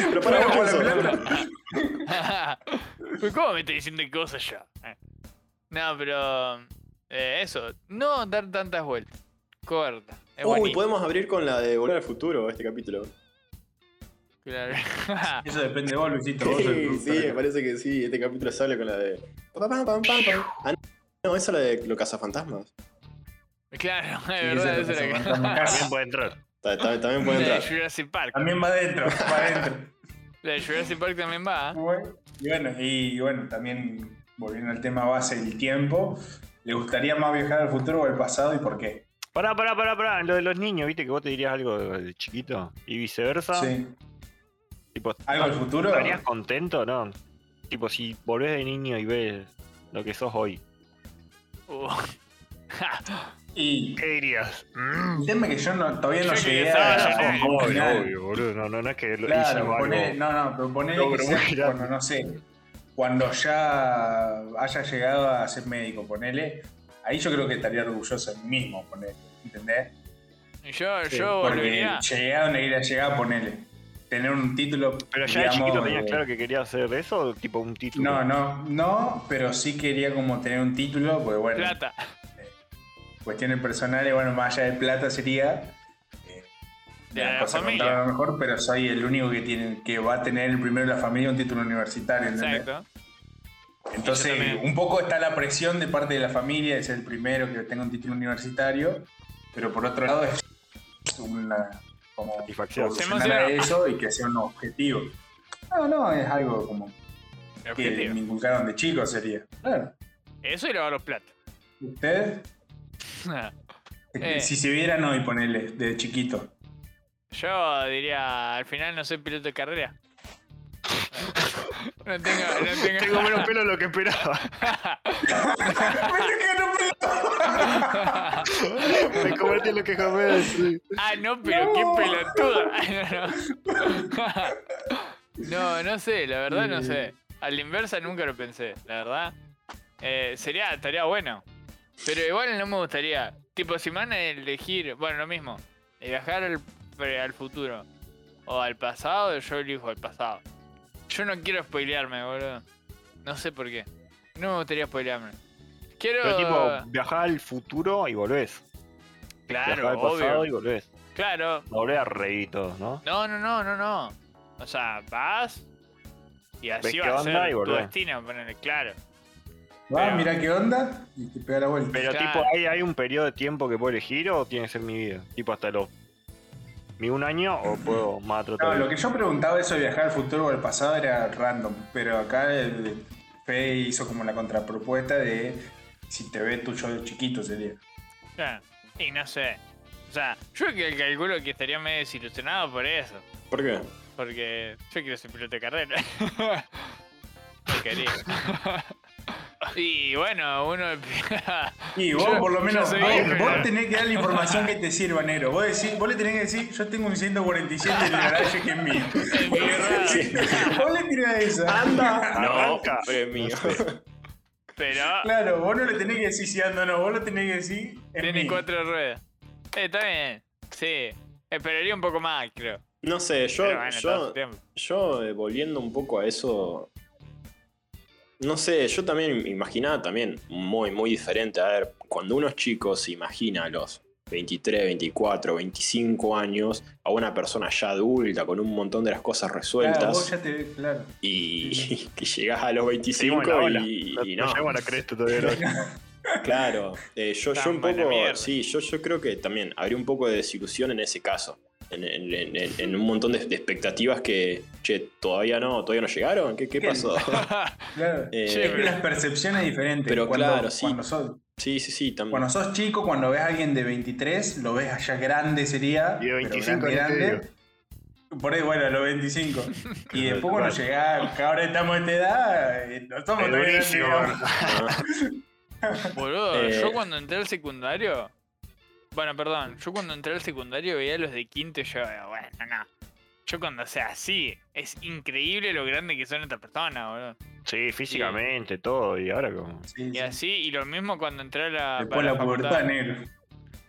D: Pero para
A: Como la
D: vos, eso-
A: película.
B: Pues, ¿Cómo me estoy diciendo cosas yo? Eh. No, pero eh, eso, no dar tantas vueltas. Corta. Es
D: Uy,
B: buenísimo.
D: podemos abrir con la de Volver al Futuro, este capítulo.
B: Claro.
A: Eso depende de vos, Luisito. Vos sos
D: Sí,
A: el
D: sí, me
A: productor.
D: parece que sí. Este capítulo sale con la de. pam, pam, pam, pam, pam. Ah, no, esa es la de los cazafantasmas.
B: claro, es
A: Sí,
B: verdad,
A: ese
B: eso era
A: es el fantasma.
C: también puede entrar.
D: Ta- ta- También
B: La
D: puede
B: de
D: entrar.
B: Jurassic Park.
A: También va adentro, va adentro.
B: La de Jurassic Park también va. ¿eh?
A: Bueno, y bueno, y bueno, también volviendo al tema base del tiempo, ¿le gustaría más viajar al futuro o al pasado y por qué?
C: Pará, pará, pará, pará. Lo de los niños, ¿viste? Que vos te dirías algo de chiquito y
B: Ah.
C: viceversa.
A: Sí.
C: Tipo,
A: ¿Algo al futuro?
C: ¿Estarías contento no? Tipo, si volvés de niño y ves lo que sos hoy,
B: Uh.
A: Y
C: ¿qué dirías? Mm. Ah,
A: el tema es que yo no- todavía no
B: Yo
A: llegué
B: que
A: a
B: estaba
A: a-
B: en el-
A: a-
C: Obvio,
A: final.
C: obvio, boludo. No, no, no es que lo
A: Claro,
C: hicimos
A: poné-
C: algo.
A: no, no, pero ponele
C: No,
A: que
C: pero
A: sea
C: muy grande.
A: cuando, no sé, cuando ya haya llegado a ser médico, ponele, ahí yo creo que estaría orgulloso de mí mismo, ponele, ¿entendés?
B: Yo,
C: Sí,
B: yo
A: Porque
B: volvería.
A: llegué a donde quería llegar, ponele, tener un título,
C: Pero ya de
A: digamos,
C: chiquito tenías
A: eh,
C: claro que querías hacer eso, o tipo un título.
A: No, no, no, pero sí quería como tener un título, porque bueno,
B: Plata.
A: cuestiones personales, bueno, más allá de plata sería... eh,
B: De
A: las
B: la
A: cosas
B: familia.
A: contadas a lo mejor, pero soy el único que tiene que va a tener el primero de la familia un título universitario, ¿entendés?
B: Exacto. Eso
A: Entonces,
B: también.
A: un poco está la presión de parte de la familia de ser el primero que tenga un título universitario, pero por otro lado es una como
C: Satisfacción.
A: evolucionar
B: Se emociona.
A: a eso y que sea un objetivo. No, no, es algo como
B: El
A: que
B: objetivo.
A: me inculcaron de chico sería. Claro.
B: Eso y lavar los platos.
A: ¿Usted?
B: Eh.
A: Si se vieran hoy, ponele, de chiquito.
B: Yo diría, al final no soy piloto de carrera. No tengo, no tengo.
C: Tengo menos pelo de lo que esperaba. Me convertí en lo que jamás decí.
B: Ah, no, pero
A: No.
B: qué pelotuda. No, no. no sé, la verdad no sé. A la inversa nunca lo pensé, la verdad. Eh, sería, estaría bueno. Pero igual no me gustaría. Tipo, si me van a elegir, bueno, lo mismo. eh, Viajar al, pre- al futuro o al pasado, yo elijo al pasado. Yo no quiero spoilearme, boludo. No sé por qué. No me gustaría spoilearme. Quiero.
C: Pero tipo, viajás al futuro y volvés.
B: claro,
C: viajás al pasado
B: obvio.
C: y volvés.
B: Claro,
C: Volvés a reír y todo, ¿no?
B: No, no, no, no, no. O sea, vas y
C: Ves
B: así
C: qué
B: va a
C: onda
B: ser
C: y
B: tu
C: volvés.
B: destino, ponele, claro.
A: Va,
B: Pero-
A: Ah, mira qué onda. Y te pega la vuelta.
C: Pero
B: Claro.
C: tipo, ¿hay, ¿hay un periodo de tiempo que puedo elegir o tiene que ser mi vida? Tipo hasta los... ¿Mi un año o puedo más otro
A: No,
C: todavía?
A: lo que yo preguntaba eso de viajar al futuro o al pasado era random, pero acá el Fe hizo como la contrapropuesta de si te ve tu yo de chiquito sería.
B: Ya. Y no sé. O sea, yo que calculo que estaría medio desilusionado por eso.
D: ¿Por qué?
B: Porque yo quiero ser piloto de carrera. No quería. Y bueno, uno de pi-
A: Y vos
B: Yo-
A: por lo
B: yo
A: menos
B: soy
A: vos,
B: gamer.
A: vos tenés que dar la información que te sirva, negro. Vos decís, vos le tenés que decir, yo tengo un 147 en el garaje que es mío.
B: Es mi verdad.
A: Vos le tirás eso.
D: ¡Anda! No,
C: Arranca.
D: es mío.
B: Pero
A: Claro, vos no le tenés que decir si anda o no, vos lo tenés que decir. es
B: tiene
A: mío.
B: cuatro ruedas. Eh, está bien. Sí. Esperaría un poco más, creo.
D: No sé, yo,
B: Pero bueno, todo
D: yo,
B: su tiempo.
D: Yo, eh, volviendo un poco a eso. No sé, yo también me imaginaba también muy, muy diferente. A ver, cuando uno es chico se imagina a los 23, 24, 25 años a una persona ya adulta con un montón de las cosas resueltas
A: Claro, vos ya te claro.
D: y que llegás a los
C: Seguimos
D: 25
C: en la ola.
D: y,
C: No-
D: y
C: no
D: no.
C: llegamos a la cresta todavía. ¿no?
D: Claro, eh, yo, yo un
B: Tan buena
D: poco,
B: mierda.
D: sí, yo, yo creo que también habría un poco de desilusión en ese caso, en, en- en- en- en un montón de, de expectativas que, che, todavía no, todavía no llegaron, ¿qué, qué
A: ¿Qué?
D: pasó?
A: Claro.
D: Eh,
A: Es que las percepciones diferentes.
D: pero
A: cuando,
D: claro, sí.
A: Cuando sos,
D: sí, sí, sí, también.
B: Mm.
A: cuando sos chico, cuando ves a alguien de 23, lo ves allá grande sería.
C: Y de este
A: pero
C: 25 ni
A: grande,
C: te
A: grande. Por ahí, bueno, a los 25. y después
C: Claro.
A: cuando llegás, que ahora estamos a esta edad, eh, no somos
C: Es
A: tan grandes,
C: durísimo,
A: digamos.
B: Boludo,
D: Eh.
B: yo cuando entré al secundario. Bueno, perdón, yo cuando entré al secundario veía a los de quinto y yo, eh, bueno, no. Yo cuando sea así, es increíble lo grande que son estas personas, boludo.
C: Sí, físicamente, todo. Y ahora como...
A: Sí,
B: Y
A: sí.
B: así, y lo mismo cuando entré a la. para
A: Después la
B: facultad.
A: pubertad, negro.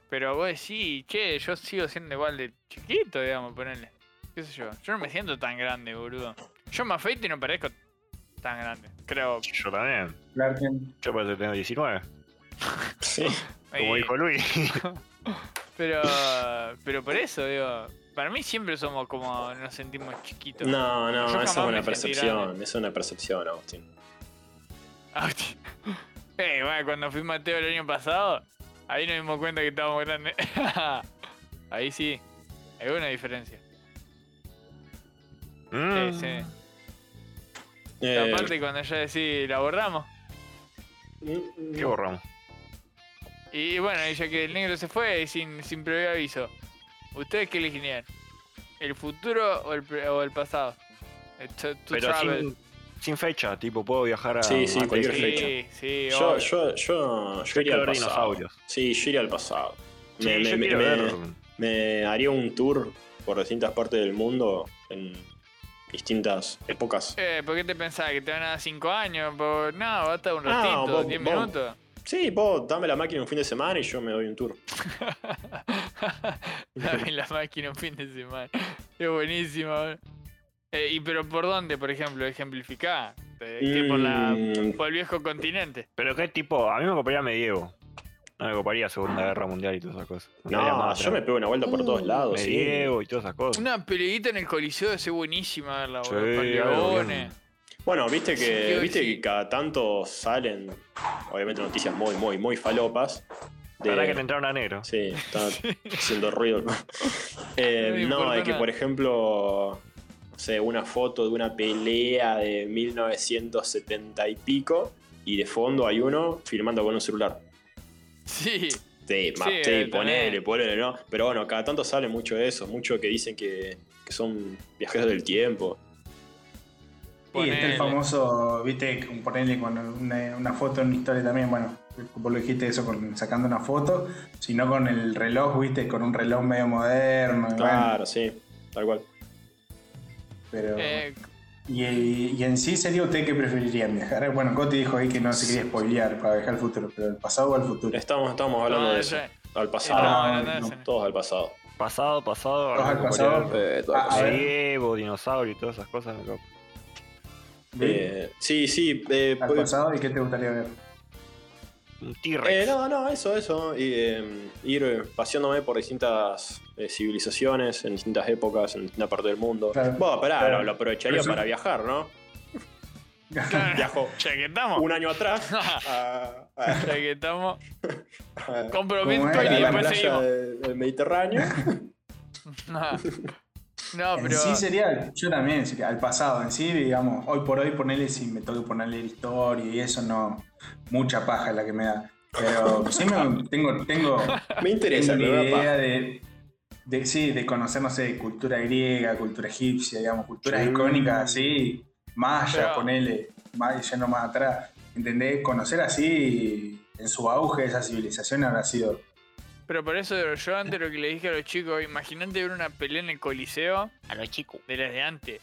B: Pero vos decís, che, yo sigo siendo igual de chiquito, digamos, ponele. ¿Qué sé yo? Yo no me siento tan grande, boludo. Yo me afeito y no parezco tan grande, creo.
C: Yo también.
A: Claro que-
C: Yo parece que tengo 19.
D: Sí.
C: Como
B: Eh,
C: dijo Luis.
B: Pero, pero por eso, digo, para mí siempre somos como nos sentimos chiquitos.
D: No,
B: Yo
D: no,
B: jamás
D: esa es
B: me
D: una
B: sentí
D: percepción,
B: grande.
D: esa es una percepción, Agustín.
B: Auti. Eh, bueno, cuando fui Mateo el año pasado, ahí nos dimos cuenta que estábamos grandes. ahí sí, hay una diferencia. Sí,
C: Mm.
B: sí. Y
D: Eh,
B: aparte, cuando ya decís, la borramos.
D: mm,
C: ¿Qué borramos?
B: Y bueno, y ya que el negro se fue y sin, sin previo aviso, ¿ustedes qué elegirían? ¿El futuro o el, pre- o el pasado? Eh, to- to
C: Pero
B: travel.
C: sin, sin fecha, tipo, puedo viajar a...
D: Sí, sí,
C: a
D: cualquier
C: Texas.
D: fecha.
B: Sí, sí,
D: yo,
B: obvio.
D: yo, yo, yo iría
C: quiero
D: al
C: ver
D: pasado.
C: dinosaurios.
D: Sí, yo iría al pasado.
C: Sí,
D: Me-
C: yo
D: me-
C: quiero
D: me-
C: ver.
D: Me haría un tour por distintas partes del mundo en distintas épocas.
B: Eh, ¿por qué te pensás que te van a dar 5 años? Po- No, basta un
D: No,
B: ratito,
D: vos-
B: 10
D: vos-
B: minutos.
D: Sí, vos dame la máquina un fin de semana y yo me doy un tour.
B: Dame la máquina un fin de semana. Es buenísimo. boludo. Eh, ¿Y pero por dónde, por ejemplo, ejemplificá? Eh, ¿Que por, la,
D: Mm,
B: por el viejo continente?
C: Pero qué tipo, a mí me coparía medievo. No me coparía Segunda Guerra Mundial y todas esas cosas. Me coparía
D: No,
C: más
D: yo me pego una vuelta por todos
C: Uh,
D: lados. sí.
C: medievo y todas esas cosas.
B: Una peleita en el coliseo es buenísima verla,
C: Sí,
B: boludo. Con
C: algo
B: leones.
D: Bueno, viste
B: Sí,
D: que,
B: creo que
D: viste
B: sí.
D: que cada tanto salen, obviamente, noticias muy, muy, muy falopas.
C: La verdad que te
D: De,
C: entraron a negro.
D: sí, está haciendo ruido. Eh,
B: No le
D: no,
B: importa
D: de que,
B: nada.
D: por ejemplo, no sé, una foto de una pelea de 1970 y pico, y de fondo hay uno filmando con un celular.
B: Sí.
D: Sí, ma-
B: Sí,
D: sí,
B: también.
D: ponele, ponele, ¿no? Pero bueno, cada tanto sale mucho de eso, mucho que dicen que, que son viajeros del tiempo.
A: Y está
B: Ponele.
A: el famoso, viste, con- ponerle con una, una foto en una historia también, bueno, vos lo dijiste eso, con, sacando una foto, sino con el reloj, viste, con un reloj medio moderno, y bueno,
D: Claro, sí, tal cual.
A: pero...
B: Eh,
A: Y, y en sí sería usted que preferirían viajar. Bueno, Coti dijo ahí que no se quería spoilear para viajar al futuro, pero al pasado o al futuro.
D: Estamos, estamos hablando
B: no,
D: de eso.
B: ya-
D: Al
B: estamos
D: pasado.
A: Ah,
B: hablando de
A: no.
B: eso.
D: Todos al pasado.
C: Pasado, pasado.
A: Todos al
C: arranco por
A: Ah, pasado.
C: el-
D: Eh,
A: todos al pasado. A ver.
C: Medievo, dinosaurio y todas esas cosas. loco.
D: Eh, sí, sí. eh,
A: ¿Al
D: pues-
A: pasado y qué te gustaría ver?
C: Un
D: eh,
C: T-Rex.
D: no, no, eso, eso. Y, eh, ir eh, paseándome por distintas eh, civilizaciones, en distintas épocas, en distintas partes del mundo.
A: Claro.
D: Bueno, pará,
A: Claro.
D: lo, lo aprovecharía
A: Pero sí.
D: para viajar, ¿no?
B: Claro,
D: Viajo
B: ya que estamos.
D: un año atrás. a- a-
B: Ya que estamos.
D: a-
B: Compro
A: ¿Cómo es?
B: Bitcoin
D: a
B: y
D: la
B: después
D: playa
B: seguimos.
D: del, del Mediterráneo.
B: No,
A: en
B: pero.
A: sí sería, yo también, sería al pasado. En sí, digamos, hoy por hoy ponerle, si me toque ponerle la historia y eso, no, mucha paja la que me da. Pero sí me, tengo, tengo,
D: Me interesa,
A: tengo
D: pero
A: la
D: me da paja.
A: idea de, de, sí, de conocer, no sé, cultura griega, cultura egipcia, digamos, culturas
D: Sí.
A: icónicas así, maya,
B: Pero-
A: ponele, más, yendo más atrás, ¿entendés? Conocer así, en su auge, esa civilización habrá sido...
B: Pero por eso yo antes lo que le dije a los chicos, imagínate ver una pelea en el Coliseo
C: A los chicos.
B: de las de antes.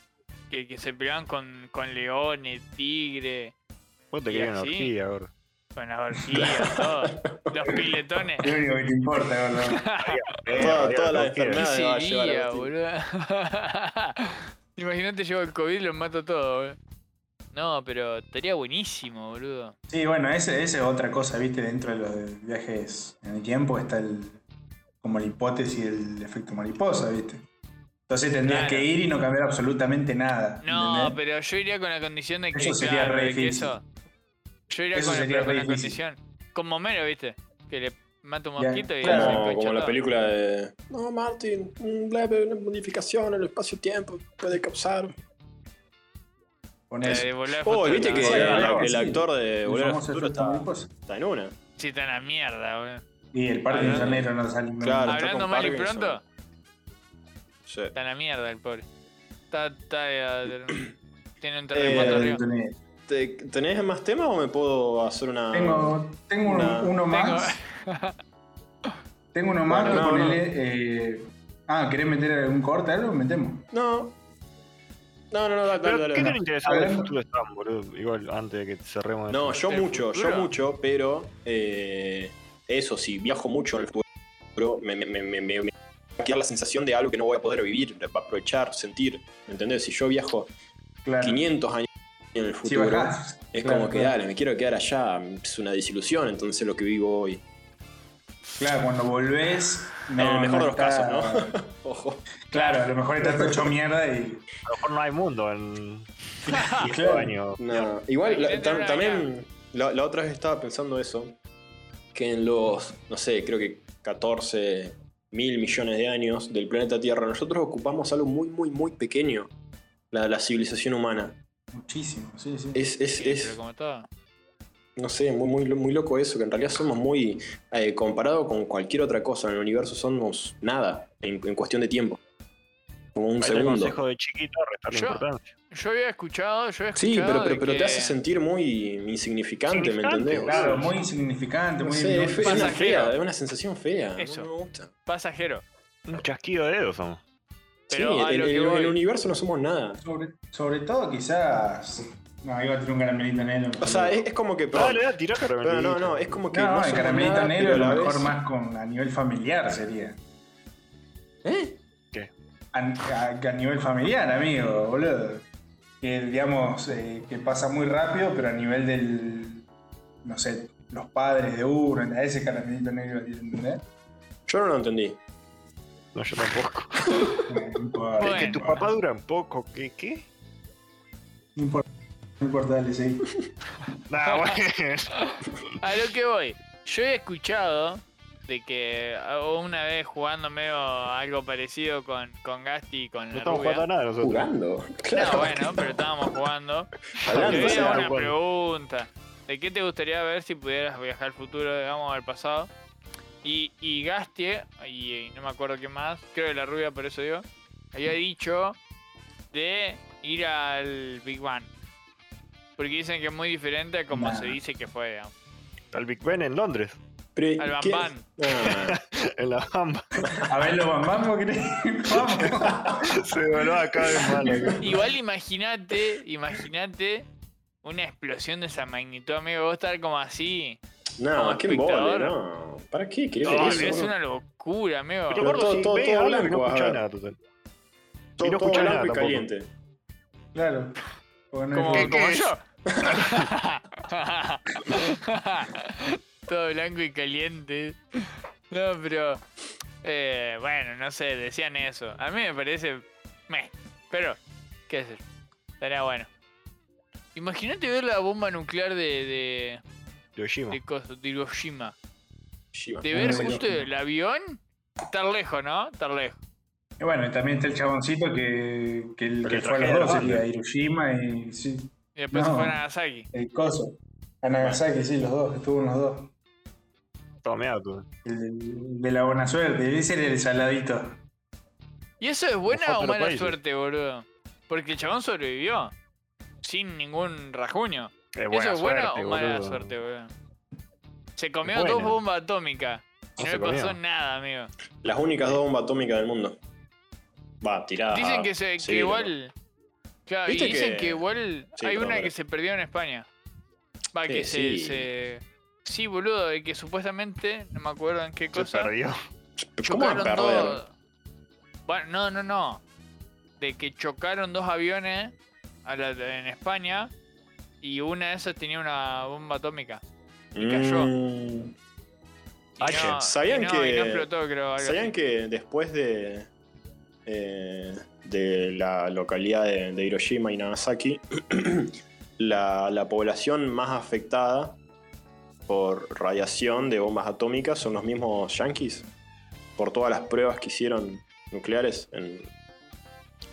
B: Que, que se peleaban con, con leones, tigres,
C: Vos te
B: Y
C: querías una
B: así.
C: orquídea, gordo.
B: con las orgías, todo. Los piletones.
A: Lo único que te importa, gordo.
D: Toda-
C: Eh,
D: todas
C: había
D: las
C: orquídeas.
B: ¿Qué
D: enfermedades. Nada, va a llevar
B: sería,
D: Agustín.
B: boludo? Imagínate llevo el COVID y los mato todo, boludo. No, pero estaría buenísimo, boludo.
A: Sí, bueno, esa ese es otra cosa, viste, dentro de los de- viajes en el tiempo está el como la hipótesis del efecto mariposa, viste. Entonces tendrías
B: Claro.
A: que ir y no cambiar absolutamente nada.
B: No,
A: ¿entendés?
B: pero yo iría con la condición de que,
A: Eso sería
B: claro,
A: re
B: de que
A: difícil.
B: eso. Yo iría
A: Eso
B: con, la-
A: sería
B: pero con
A: re
B: la
A: difícil.
B: condición. Como Homero, viste. Que le mata un
A: Ya,
B: mosquito y
A: claro.
B: se
D: Como,
B: pincha
D: como la
B: todo.
D: película de. No, Martin, un leve una modificación en el espacio-tiempo puede causar.
A: Con
B: La
A: eso.
B: de volver al
D: Oh,
B: futuro,
D: viste
B: ¿no?
D: que
A: Sí,
D: el,
A: claro,
D: el
A: sí.
D: actor de
A: El
D: Volver al
A: famoso
D: Futuro
A: efecto
D: está,
A: mariposa.
D: está en una.
B: Sí, está en la mierda, boludo.
A: Y el parque
B: Hablando-
A: misionero no sale. no-
D: Ah, Claro. está
B: Hablando
D: con
B: mal y
D: Parkinson.
B: pronto,
D: Sí.
B: está en la mierda el pobre. Está, está, eh, tiene un
A: Eh,
B: terremoto arriba.
A: tenés-
D: ¿Te- ¿Tenés más temas o me puedo hacer una.?
A: Tengo,
D: Ah.
A: tengo un-
D: Una-
A: uno más. Tengo uno más
D: Bueno,
A: que
D: no,
A: ponele, eh, Ah, ¿querés meter algún corte algo? Metemos.
D: No. No, no, no, dale,
C: Pero,
D: dale, dale,
C: ¿Qué tan
D: dale.
C: interesante del
A: Hablando-
C: futuro están, boludo? Igual antes de que cerremos.
D: No,
C: esto.
D: yo
B: ¿Del
D: mucho, yo
B: futuro?
D: mucho, pero. eh, eso, si viajo mucho en el futuro, me, me, me, me- me- me va a quedar la sensación de algo que no voy a poder vivir, va a aprovechar, sentir. ¿Me entendés? Si yo viajo
A: Claro.
D: 500 años en el
A: Si
D: futuro.
A: bajás.
D: Es
A: claro,
D: como que
A: claro.
D: dale, me quiero quedar allá, es una desilusión entonces lo que vivo hoy.
A: Claro, cuando volvés.
D: en el mejor de los
A: está-
D: casos, ¿no? Ojo.
A: Claro, a lo mejor estás todo hecho mierda y.
C: A lo mejor no hay mundo en
A: y
C: cinco
A: claro.
C: años.
D: No, Igual, la-
B: Intenta
D: tam-
B: una
D: también la, la otra vez estaba pensando eso, que en los, no sé, creo que 14 mil millones de años del planeta Tierra, nosotros ocupamos algo muy, muy, muy pequeño, la, la civilización humana.
A: Muchísimo, sí, sí.
D: Es, es,
B: Sí,
D: es-
B: pero como todo.
D: no sé, muy, muy, lo- muy loco eso, que en realidad somos muy, eh, comparado con cualquier otra cosa en el universo, somos nada en, en cuestión de tiempo. Como un
C: Ahí está el
D: segundo.
C: consejo de chiquito, restarle
B: Yo-
C: importancia.
B: Yo había escuchado, yo había escuchado.
D: Sí, pero, pero,
B: de
D: pero
B: que
D: te hace sentir muy insignificante, ¿me
C: Insignificante,
D: entendés?
A: Claro, muy insignificante,
D: No
A: muy.
D: sé,
A: muy-
D: es, fe- es una
B: Pasajero.
D: fea, es una sensación fea.
B: Eso.
D: No me gusta.
B: Pasajero.
C: Un chasquido de dedos somos.
B: Pero a
D: sí, en,
B: lo
D: en-
B: que
D: en
B: voy.
D: el universo no somos nada.
A: sobre, sobre todo, quizás. No, iba a tirar un caramelito negro.
D: O sea, es, es como que.
C: Dale, dale, tirá que
D: pero no, no, es como que.
A: No,
D: No,
A: el
D: somos
A: caramelito
D: nada,
A: negro
D: pero
A: a lo
D: la
A: mejor
D: vez-
A: más con, a nivel familiar sería.
D: ¿Eh?
A: A, a- a nivel familiar, amigo, boludo. Que digamos, eh, que pasa muy rápido, pero a nivel del. No sé, los padres de uno, ¿entendés? ese caramelito negro, ¿entendés?
D: Yo no lo entendí.
C: No, yo tampoco.
A: Bueno, no importa,
B: Bueno.
A: no
C: Que tu
A: importa.
C: papá dura un poco, ¿qué? ¿Qué?
A: No importa, no importa, dale, seguí.
C: Nah, bueno.
B: A lo que voy. Yo he escuchado de que ah, una vez jugando medio algo parecido con, con Gasti y con
C: No
B: la
C: estamos
B: rubia.
C: jugando a nada nosotros.
D: Jugando.
B: No,
D: Claro.
B: bueno, pero estábamos jugando.
D: Hablando,
B: Le
D: o
B: hice
D: sea,
B: una
C: bueno.
B: pregunta. ¿De qué te gustaría ver si pudieras viajar al futuro, digamos, al pasado? Y, y Gastie, y, y no me acuerdo qué más, creo que la rubia, por eso digo, había dicho de ir al Big Bang. Porque dicen que es muy diferente a como
A: Nah.
B: se dice que fue, digamos.
C: Al Big Ben en Londres,
D: Pero,
B: Al
D: ¿qué-
B: Bambán.
D: Ah,
C: en la Bamba.
A: A ver, los bambán, ¿vos querés? Vamos.
C: Se voló acá de malo.
B: Igual imagínate, imagínate una explosión de esa magnitud, amigo. Vos estar como así.
D: no,
B: Como
D: qué embole,
B: espectador.
D: no. ¿Para qué? ¿Querés
C: No,
D: ver
B: Dale,
D: eso?
B: es una locura, amigo.
C: Pero
D: Pero
C: gordo,
D: todo-
C: si
D: todo-
C: ves
D: todo
C: algo y
D: blanco,
C: no
D: vas a
C: escuchás
D: ver.
C: nada total.
D: Todo,
C: Y no
D: todo
C: escuchás nada
D: blanco y
C: tampoco.
D: caliente.
A: Claro. Porque no hay
B: Como,
A: fútbol.
B: como
C: es?
B: yo. Todo blanco y caliente. No, pero. eh, bueno, no sé, decían eso. A mí me parece. meh, pero, qué sé yo. Estaría bueno. Imagínate ver la bomba nuclear de, de,
C: Hiroshima.
B: de, coso- de Hiroshima.
D: Shiva.
B: De ver
A: Sí.
B: justo el avión. Estar lejos, ¿no? Estar lejos.
A: Y bueno, y también está el chaboncito que, que, el,
C: Pero
A: que
C: el
A: fue a
C: traje de
A: los dos,
C: la
A: el
C: banda.
A: de Hiroshima y sí,
B: Y después se
A: No.
B: fue a Nagasaki.
A: el coso. A Nagasaki, sí, los dos, estuvo en los dos.
C: Todo meado, todo.
A: El de, el de la buena suerte, ese era el saladito.
B: ¿Y eso es
C: Ojo,
B: buena o
C: pero
B: mala
C: países.
B: suerte, boludo? Porque el chabón sobrevivió. Sin ningún rajuño.
C: Es
B: ¿Eso
C: buena
B: es buena
C: suerte,
B: o mala
C: boludo.
B: suerte, boludo? Se comió
C: Buena.
B: dos bombas atómicas. Y
C: No
B: no,
C: se
B: le pasó
C: comió.
B: nada, amigo.
D: Las únicas dos bombas atómicas del mundo. Va,
C: Ah,
D: tirada.
B: Dicen que, se, que igual. Claro, y
D: Viste
B: dicen
D: que-
B: que, igual
D: Sí,
B: hay
D: perdón,
B: una
D: pero-
B: que se perdió en España. Va,
D: Sí,
B: que se,
D: sí.
B: se. Sí, boludo, y que supuestamente. No me acuerdo en qué
C: Se
B: cosa.
C: perdió.
D: ¿Cómo va a
B: chocaron
D: perder?
B: dos- Bueno, no, no, no. De que chocaron dos aviones a la- en España y una de esas tenía una bomba atómica. cayó.
D: Mm,
B: Y
D: Ayer.
B: no-
D: Ah, ¿Sabían
B: y no-
D: que-
B: y no explotó, creo. algo
D: ¿Sabían
B: así.
D: que después de. eh, de la localidad de, de Hiroshima y Nagasaki, la, la población más afectada por radiación de bombas atómicas son los mismos yanquis? Por todas las pruebas que hicieron nucleares en,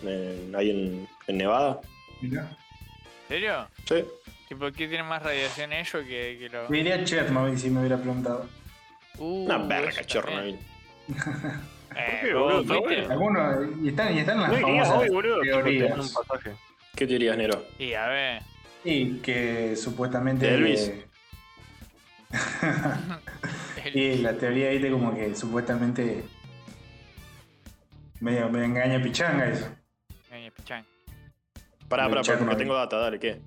D: en- ahí en, en Nevada.
A: Mirá.
B: ¿En serio?
D: Sí.
B: Tipo, ¿qué tiene más radiación ellos que, que lo.?
A: Me diría Chernobyl si me hubiera preguntado.
B: Uh,
D: Una
B: eso
D: verga,
B: también.
D: Chernobyl.
B: Eh,
C: Sí,
B: vos,
C: boludo,
B: ¿viste?
C: está
A: Algunos, y están, y están las
C: No iría
A: famosas
C: hoy, boludo. tipo,
A: teorías.
C: tenés un pasaje.
D: ¿Qué te dirías, Nero?
B: Y a ver.
A: Y que supuestamente.
D: ¿De Elvis?
B: El-
A: y la teoría ahí de como que supuestamente. Medio, medio engaña pichanga eso.
B: Ay, pichán.
D: Pará,
A: Del
D: pará, pará, porque
A: Chernobyl.
D: tengo data, dale, ¿qué?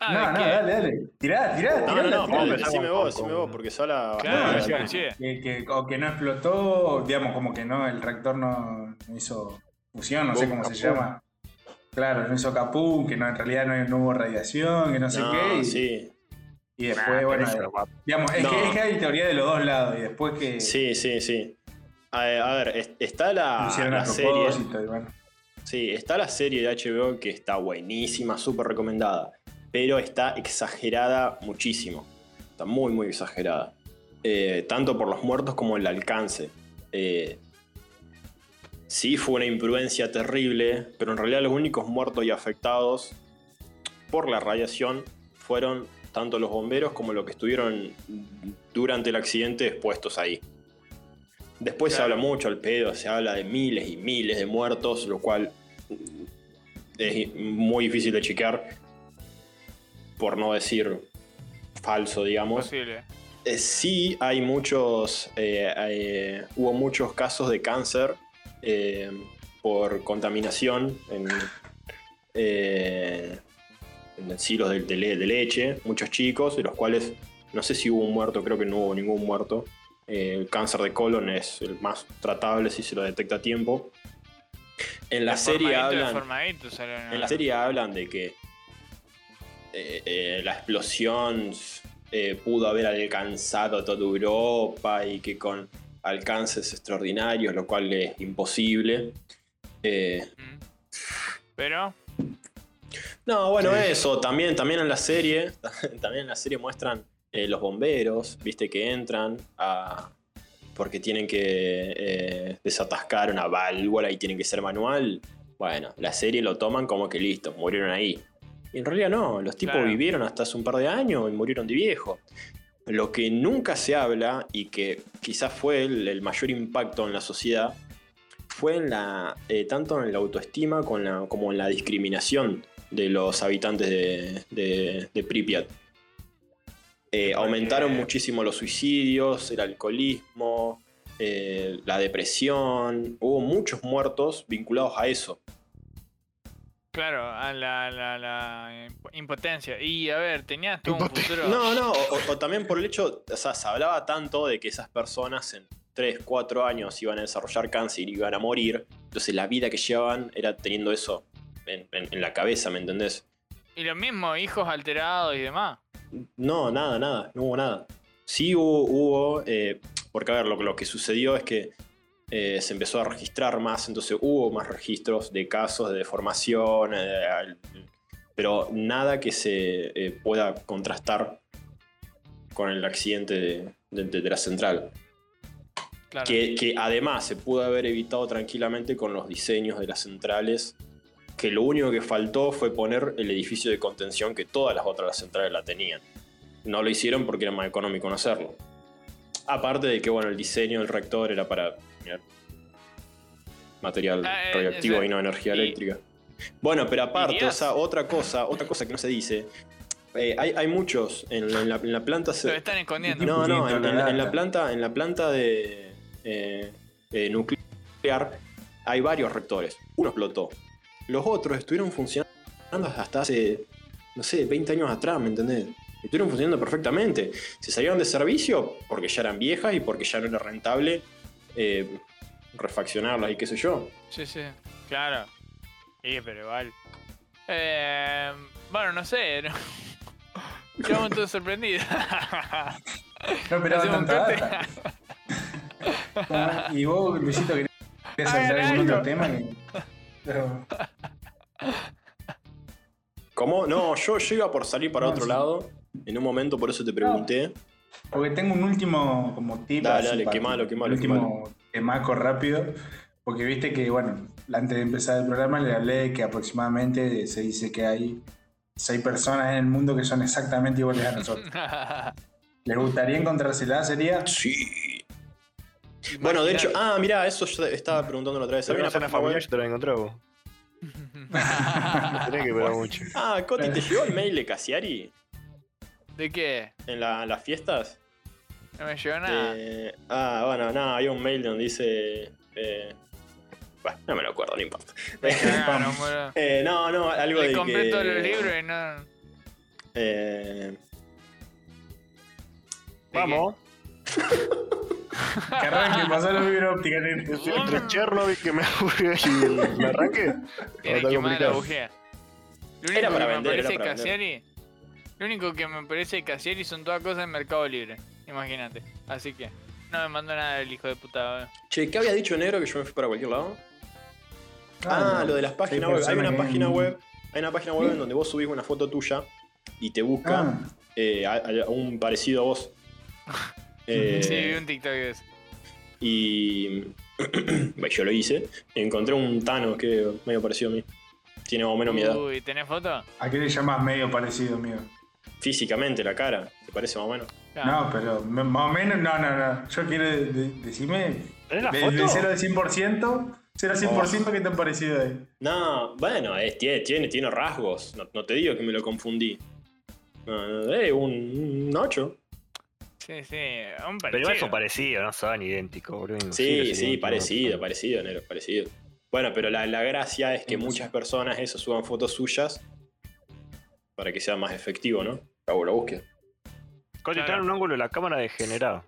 B: Ah,
A: no, no,
B: ¿qué?
A: dale, dale. Tirá, tirá,
D: No,
A: tirá. la
D: no, no,
A: tirá.
C: vamos
D: pará,
C: a
D: decime
C: empezar
D: vos,
C: con-
D: decime vos, porque Sala.
B: Claro,
A: No,
B: sí,
A: no.
B: sí.
A: Que, que- o que no explotó, digamos, como que no, el reactor no, no hizo fusión, no sé cómo se
D: Capú.
A: llama. Claro, no hizo capú, que no, en realidad no, no hubo radiación, que no sé qué. Y,
D: sí,
A: y después,
C: Nah,
A: bueno,
C: tenés que-
A: digamos, es,
D: No.
A: que, es que hay teoría de los dos lados. Y después que
D: sí, sí, sí. A ver, a ver, es- está
A: lo
D: la,
A: hicieron
D: la
A: a
D: serie.
A: propósito, y bueno.
D: Sí, está la serie de HBO que está buenísima, súper recomendada. Pero está exagerada muchísimo. Está muy, muy exagerada. Eh, tanto por los muertos como el alcance. Eh, sí, fue una imprudencia terrible, pero en realidad los únicos muertos y afectados por la radiación fueron tanto los bomberos como los que estuvieron durante el accidente expuestos ahí. Después se
B: Claro.
D: habla mucho al pedo, se habla de miles y miles de muertos, lo cual es muy difícil de chequear, por no decir falso, digamos.
B: Posible.
D: Eh, sí hay muchos, eh, eh, hubo muchos casos de cáncer eh, por contaminación en, eh, en silos de, de le- de leche, muchos chicos, de los cuales no sé si hubo un muerto, creo que no hubo ningún muerto. Eh, el cáncer de colon es el más tratable si se lo detecta a tiempo. En la serie
B: Formadito,
D: hablan...
B: formadito salió
D: En la serie hablan de que eh, eh, la explosión eh, pudo haber alcanzado toda Europa y que con alcances extraordinarios, lo cual es imposible. Eh,
B: Mm. Pero,
D: no, bueno, eso, también, también en la serie, también en la serie muestran eh, los bomberos, viste, que entran a- porque tienen que eh, desatascar una válvula y tienen que ser manual. Bueno, la serie lo toman como que listo, murieron ahí. Y en realidad no, los tipos
B: Claro.
D: vivieron hasta hace un par de años y murieron de viejo. Lo que nunca se habla y que quizás fue el, el mayor impacto en la sociedad fue en la, eh, tanto en la autoestima con la- como en la discriminación de los habitantes de, de- de Pripyat. Eh, aumentaron muchísimo los suicidios, el alcoholismo, eh, la depresión. Hubo muchos muertos vinculados a eso.
B: Claro, a la, la, la imp- impotencia. Y a ver, tenías todo un futuro.
D: No, no, o, o- o también por el hecho, o sea, se hablaba tanto de que esas personas en 3, 4 años iban a desarrollar cáncer y iban a morir. Entonces la vida que llevaban era teniendo eso en, en- en la cabeza, ¿me entendés?
B: Y lo mismo, hijos alterados y demás.
D: No, nada, nada, no hubo nada. Sí hubo, hubo, eh, porque a ver, lo, lo que sucedió es que eh, se empezó a registrar más, entonces hubo más registros de casos de deformación, eh, al- pero nada que se eh, pueda contrastar con el accidente de, de- de- de la central.
B: Claro.
D: Que, que además se pudo haber evitado tranquilamente con los diseños de las centrales, que lo único que faltó fue poner el edificio de contención que todas las otras centrales la tenían. No lo hicieron porque era más económico no hacerlo. Aparte de que, bueno, el diseño del reactor era para mirar, material
B: Ah, eh,
D: radioactivo
B: ese-
D: y no energía
B: y-
D: eléctrica. Bueno, pero aparte, o
B: ¿Dirías?
D: sea, otra cosa, otra cosa que no se dice, eh, hay, hay muchos en la, en la- en la planta... se-
B: Lo están escondiendo.
D: no, no,
A: Poquito
D: en,
A: la
D: en- en la
A: data.
D: planta, en la planta de eh, eh, nuclear hay varios rectores. Uno explotó. Los otros estuvieron funcionando hasta hace, no sé, 20 años atrás, ¿me entendés? Estuvieron funcionando perfectamente. Se salieron de servicio porque ya eran viejas y porque ya no era rentable eh, refaccionarlas y qué sé yo.
B: Sí, sí. Claro. Sí, pero igual. Eh, bueno, no sé. ¿no? Quedamos todos sorprendidos.
A: No esperaba
B: Hacemos un
A: tanta
B: corte.
A: data. Ah, Y vos, Luisito, querés querés
B: Hagan
A: hablar algún
B: algo.
A: otro tema que- Pero-
D: ¿Cómo? No, yo, yo iba por salir para
A: No,
D: otro
A: sí.
D: lado. En un momento, por eso te pregunté.
A: Porque tengo un último como tip.
D: Dale,
A: así
D: dale,
A: para-
D: quemalo, quemalo,
A: un Último temaco rápido. Porque viste que, bueno, antes de empezar el programa le hablé que aproximadamente se dice que hay seis personas en el mundo que son exactamente iguales a nosotros. ¿Les gustaría encontrárselas? Sería.
D: Sí. Bueno, de hecho, ah, mirá, eso yo estaba preguntándolo otra vez.
C: Sabía
D: Había
C: una
D: una
C: zona familiar,
D: página
C: yo
D: web.
C: te la encontré a vos. No tenés que esperar mucho.
D: Ah, Coti, ¿te llegó el mail de Cassiari
B: ¿De qué?
D: en la- las fiestas?
B: No me llegó nada.
D: Eh, ah, bueno, no, había un mail donde dice. eh, bueno, no me lo acuerdo, no importa.
B: Me cagaron, boludo.
D: Eh, no, no, algo
B: Le
D: de.
B: compré
D: que-
B: todos los libros y no.
D: Eh,
C: Vamos.
A: Que arranque, pasó la fibra óptica, este nene.
C: Entre Chernobyl que me aburrió y el- me arranqué.
B: Tiene
C: está
B: que quemar la
C: complicado.
B: bujea. Lo único
D: Era para
B: que
D: vender,
B: me
D: era
B: parece
D: para
B: Casieri. Lo único que me parece Casieri son todas cosas en Mercado Libre. Imagínate. Así que no me mandó nada el hijo de puta. eh. boludo.
D: Che, ¿qué había dicho negro que yo me fui para cualquier lado?
A: Ah,
D: Ah, lo de las páginas
A: Seis
D: web. Hay
A: personas
D: una
A: que-
D: página web. Hay una página web en donde vos subís una foto tuya y te busca.
A: Ah,
D: eh, a, a un parecido a vos. Eh,
B: Sí, vi un TikTok de eso.
D: Y bueno, yo lo hice. Encontré un Thanos que medio parecido a mí. Tiene más o menos mi edad.
B: Uy, ¿tenés foto?
A: ¿A qué le llamás medio parecido, mío?
D: Físicamente, la cara, ¿te parece más o menos?
C: Ah.
B: Claro.
A: No, pero me- más o menos, no, no, no. Yo quiero de- de- decirme.
C: ¿Tenés la
A: de-
C: foto?
A: de 0 al 100%, 0 al
D: Oh.
A: 100% que tan parecido ahí.
D: No, bueno, es- tiene, tiene, tiene rasgos. No, no te digo que me lo confundí. No, no, eh, un, 8.
B: Sí, sí. Un
C: Pero igual
B: parecido.
C: son parecidos, no son idénticos, boludo.
D: Sí, sí,
C: imposible ser idéntico.
D: parecido, parecido, negro, parecido. Bueno, pero la, la gracia es que
A: Entonces-
D: muchas personas eso suban fotos suyas para que sea más efectivo, ¿no? Hago la búsqueda.
C: Coti,
B: Claro.
C: traen un ángulo de la cámara degenerado.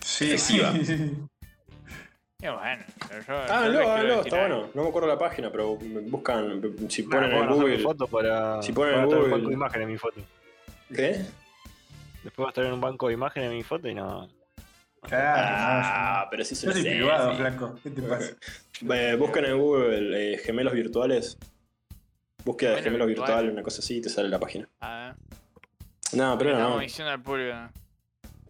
A: Sí,
D: Efectiva.
A: sí, sí.
B: Y bueno, pero yo- yo
D: Ah,
B: le quiero
D: no, no,
B: decir
D: está
B: algo.
D: bueno. No me acuerdo la página, pero me buscan. me- Si
C: Bueno, puedo
D: ponen en
C: hacer mi
D: Google.
C: foto para.
D: Si ponen
C: voy a
D: en
C: traer
D: Google-
C: un banco de imágenes en mi foto.
D: ¿Qué?
C: Después va a traer un banco de imágenes en mi foto y no.
D: Ah,
A: Claro.
D: pero sí
A: Ah, Yo
D: se lo
A: soy
D: sé,
A: privado,
D: sí.
A: flaco. ¿Qué te pasa?
D: Eh, buscan en Google eh, gemelos virtuales. Búsqueda de
B: Gemelo
D: gemelo virtual,
B: virtual. Ah, eh.
D: una cosa así, y te sale la página.
B: A ver,
D: No, pero no.
B: estamos diciendo al público.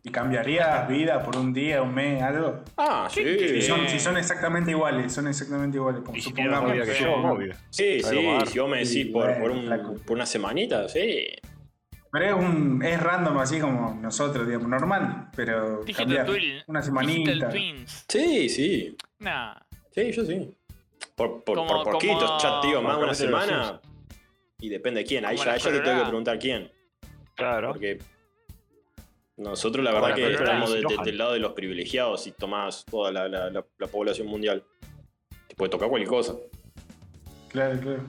A: ¿Y cambiarías vida por un día, un mes, algo?
D: Ah,
A: Si
D: sí.
A: son, si son exactamente iguales, son exactamente iguales. Como
C: Y si tiene más
A: supongamos
C: vida que yo, obvio.
D: Sí,
C: Algo
D: sí,
C: más.
D: si vos me decís
A: Sí,
D: por,
A: bueno,
D: por, un-
A: flaco.
D: por una semanita, sí.
A: Pero es, un, es random, así como nosotros, digamos, normal. Pero
B: Digital
A: cambiar
B: Twin.
A: una
B: Digital
A: semanita.
B: Twins.
D: Sí, sí.
B: Nah.
D: Sí, yo sí. Por, por,
B: Como-
D: por
B: como-
D: poquitos, ya te digo, más de
C: Como
D: una
C: capítulo de
D: semana. Y depende de quién. Ahí
B: Como
D: ya,
B: la
D: ya te tengo que
B: colorada.
D: preguntar quién.
C: Claro.
D: Porque nosotros la
C: Como
D: verdad
C: la
D: que
C: colorada de
D: estamos de- de-
C: Silohan.
D: del lado de los privilegiados si tomás toda la, la- la- la población mundial. Te puede tocar cualquier cosa.
A: Claro, claro.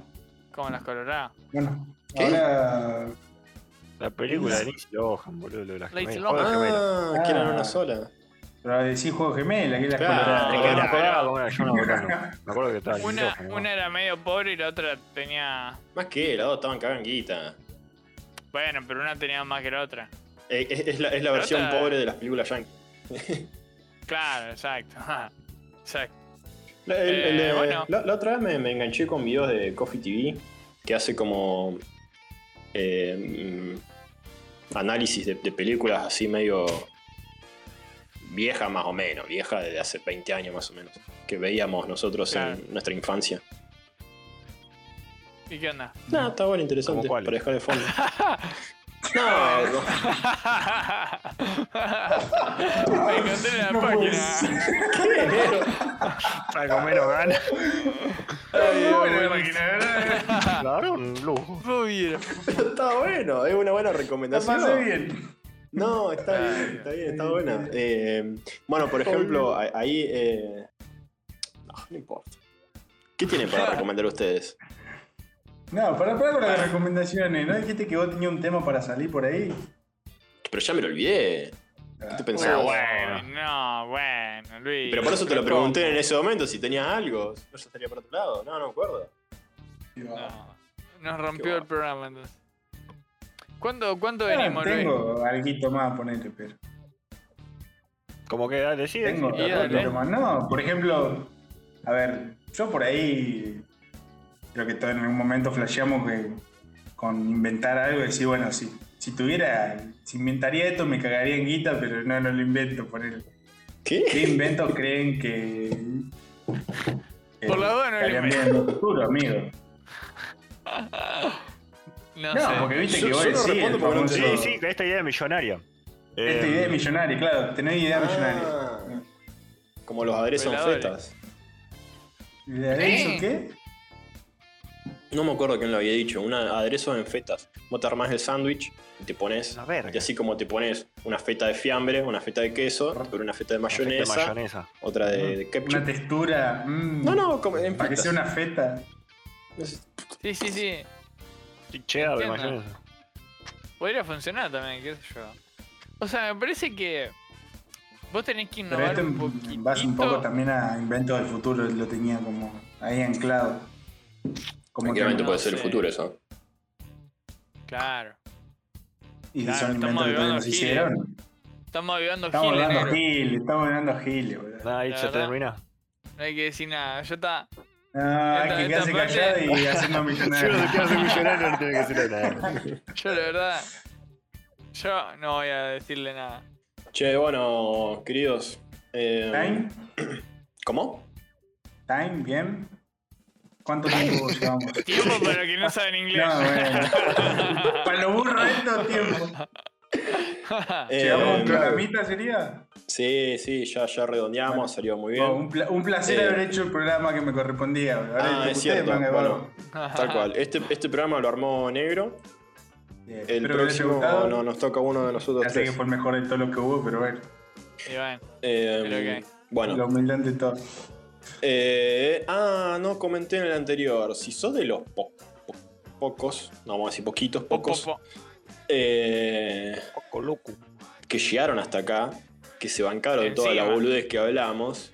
B: Como las coloradas.
A: Bueno,
D: ¿Qué?
A: ahora.
C: La película de Lindsay Lohan, boludo, lo de las
B: Lindsay
C: gemelas.
B: Lohan.
C: Joder, gemelas.
D: Ah, que eran una sola.
A: Pero decís juego gemela, que es la
D: Claro,
A: colorada.
C: Me
D: Ah,
C: quedé
D: claro.
C: acordado, bueno, yo no me acuerdo. Me acuerdo que estaba Lindsay
B: Una,
C: Lohan, ¿no?
B: una era medio pobre y la otra tenía.
D: Más que, las dos estaban caganguitas.
B: Bueno, pero una tenía más que la otra.
D: Eh, Es, es la, es la
B: Pero
D: versión
B: otra-
D: pobre de las películas yankees.
B: Claro, exacto. exacto.
D: La, el- el-
B: Eh,
D: eh,
B: bueno.
D: la- la otra vez me, me enganché con videos de Coffee TV que hace como eh, mm, análisis de, de películas así medio vieja más o menos, vieja de hace 20 años más o menos, que veíamos nosotros
B: Claro.
D: en nuestra infancia.
B: ¿Y qué onda?
D: Nada, está bueno, interesante,
C: ¿Cómo cuál?
D: para dejar de fondo. no, no.
B: Me encontré en la
A: No puede
B: página.
C: Para comer o ganar.
A: Muy
B: Muy
A: buena
B: bueno.
A: página, ¿verdad?
C: Claro, un lujo.
B: Muy bien.
D: está bueno, es una buena
A: La
D: recomendación.
A: pasé bien.
D: No, está bien, está bien, está buena. Eh, bueno, por ejemplo, a- ahí. eh, No, no importa. ¿Qué tienen para recomendar ustedes?
A: No, pará, pará con las recomendaciones. ¿No dijiste que vos tenías un tema para salir por ahí?
D: Pero ya me lo olvidé.
A: Ah,
D: ¿Qué te pensabas?
B: Uy,
C: bueno.
B: No, bueno, Luis.
D: Pero por eso te lo pregunté en
B: ¿cómo?
D: ese momento si tenía algo. Si no, yo estaría para otro lado. No, no me acuerdo.
B: No, nos
D: Qué
B: rompió
D: guapo.
B: el programa entonces. ¿Cuánto, cuánto
A: Ah,
B: venimos, Luis?
A: tengo algo más, ponete, pero.
C: Como que dale, sí,
A: Tengo
C: sí,
B: y
A: otro
B: dale.
A: tema. No, por ejemplo, a ver, yo por ahí creo que todos en algún momento flasheamos que con inventar algo y decir, bueno, si, si tuviera, si inventaría esto me cagaría en guita, pero no, no lo invento, ponele.
D: ¿Qué?
A: ¿Qué inventos creen que. que
B: Por la duda no lo
A: estarían bien en el futuro, amigo?
B: No,
A: No,
B: sé.
A: porque viste
D: Yo-
A: que vos
D: yo no
A: decís. el
D: respondo porque no
A: famoso-
C: Sí, sí, que esta idea es millonaria.
A: Esta
C: Eh,
A: idea es millonaria, claro, tenés idea
B: Ah.
A: millonaria.
D: Ah, como los aderezos
B: Veladores.
D: fetas.
A: ¿Idea de eso
B: ¿Eh?
A: qué?
D: No me acuerdo quién lo había dicho. Un aderezo en fetas. Vos te armás el sándwich y te pones.
C: Una verga.
D: Y así como te pones una feta de fiambre, una feta de queso, pero una feta de
C: Efecto
D: mayonesa,
C: mayonesa.
D: otra de, de
A: Ah, Una
D: ketchup.
A: textura. mm,
D: No, no, como en
A: Para que
D: fetas.
A: sea una feta.
D: No sé,
B: Sí, sí, sí.
C: Sí, cheddar de
B: Entiendo.
C: mayonesa.
B: Podría funcionar también, qué sé yo. O sea, me parece que vos tenés que
A: Pero
B: innovar
A: esto
B: un
A: en base un poco
B: poquitito.
A: también a inventos del futuro, lo tenía como ahí anclado. Como que,
D: Tranquilamente
B: no
D: puede ser el
B: sé.
D: futuro eso.
B: Claro.
A: y
B: Claro,
A: son inventos
B: estamos
A: que todavía
B: avivando
A: no se
B: giles.
A: hicieron.
B: Estamos avivando
A: Estamos
B: Gil
A: hablando
B: negro.
A: giles, estamos hablando giles, boludo.
C: Nada, ahí
B: La
C: se
B: verdad.
C: termina.
B: No hay que decir nada. Ya está.
A: No, hay que
B: Esta-
A: quedarse
B: esta
A: callado
B: parte-
A: y hacernos millonarios.
C: hace millonario no tiene que ser nada.
B: Yo la verdad. Yo no voy a decirle nada.
D: Che, bueno, queridos. eh,
A: ¿Time?
D: ¿Cómo?
A: ¿Time? ¿Bien? ¿Cuánto tiempo llevamos?
B: Tiempo para que no saben inglés.
A: No, bueno. Para lo burro esto, tiempo. ¿Llevamos
D: Eh,
A: un programita sería?
D: Sí, sí, ya, ya redondeamos,
A: Bueno.
D: salió muy bien.
A: Bueno, Oh, un, pla- un placer
D: Eh.
A: haber hecho el programa que me correspondía. boludo. Ahora
D: Ah,
A: que
D: es
A: ustedes
D: cierto.
A: van a-
D: Bueno, tal cual. Este, este programa lo armó Negro.
A: Bien,
D: El
A: espero que les haya
D: próximo
A: gustado.
D: no, nos toca uno de nosotros
A: Ya sé que
D: tres.
A: fue el mejor de todo lo que hubo, pero bueno,
B: Y bueno,
D: Eh,
B: Pero
D: Bueno,
A: lo humildad de todo.
D: Eh, ah, no comenté en el anterior. Si sos de los po- po- pocos, no vamos a decir poquitos,
B: po, po,
D: pocos,
B: po.
D: eh,
C: Poco loco.
D: que llegaron hasta acá, que se bancaron
B: Encima.
D: toda la boludez que hablamos,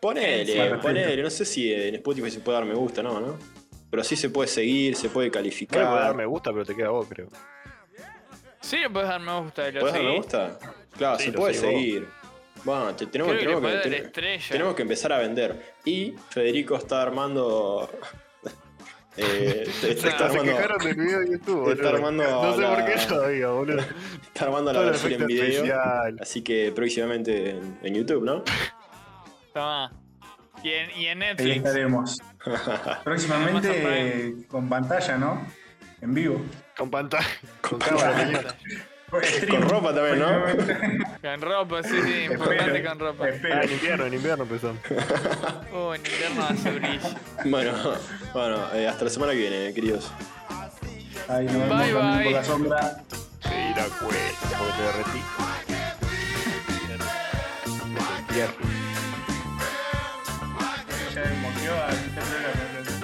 D: ponele,
A: Encima.
D: ponele. No sé si en Spotify se puede dar me gusta, no, ¿no? Pero sí se puede seguir, se puede
C: No le puedo dar
D: calificar.
C: me gusta, pero te queda a vos, creo.
B: Sí, le podés dar me gusta y lo
D: ¿Puedes dar me
B: seguís.
D: gusta? Claro,
C: Sí,
D: se
C: lo
D: puede
C: seguí vos.
D: seguir. Bueno, te- tenemos,
B: Creo que le
D: tenemos
B: podés
D: que.
B: dar
D: tener-
B: estrella.
D: Tenemos que empezar a vender. Y Federico está armando. Eh, te- te está,
C: Se
D: armando,
C: quejaron del video de YouTube,
D: te está
C: boludo.
D: armando
C: No sé por
D: la-
C: qué todavía, boludo.
D: está armando la
C: Todo el
D: versión en
C: efecto
D: video.
C: especial.
D: Así que próximamente en, en YouTube, ¿no?
B: Tomá. Y en, y en
A: Ahí
B: Netflix.
A: estaremos.
B: Amazon
A: Próximamente
B: Prime.
A: eh, con pantalla, ¿no? En vivo.
C: Con pantalla. Con
D: pantalla.
C: cámara.
A: Stream.
D: Con ropa también, ¿no?
B: Con ropa, sí, sí, importante
A: Espero.
B: con ropa.
C: Ah, en
A: Espero.
C: invierno, en invierno empezamos.
B: Uh, en invierno hace brillo.
D: bueno, bueno eh, hasta la semana que viene, queridos.
A: Ahí nos vemos
B: Bye,
A: también
B: bye.
A: por la sombra.
C: Sí, la cuesta, porque te derretí. Te entierro.
A: este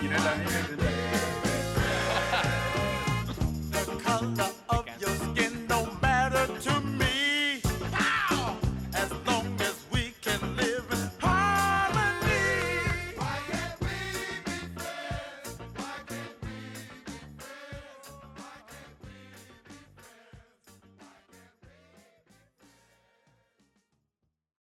A: Ya emoción,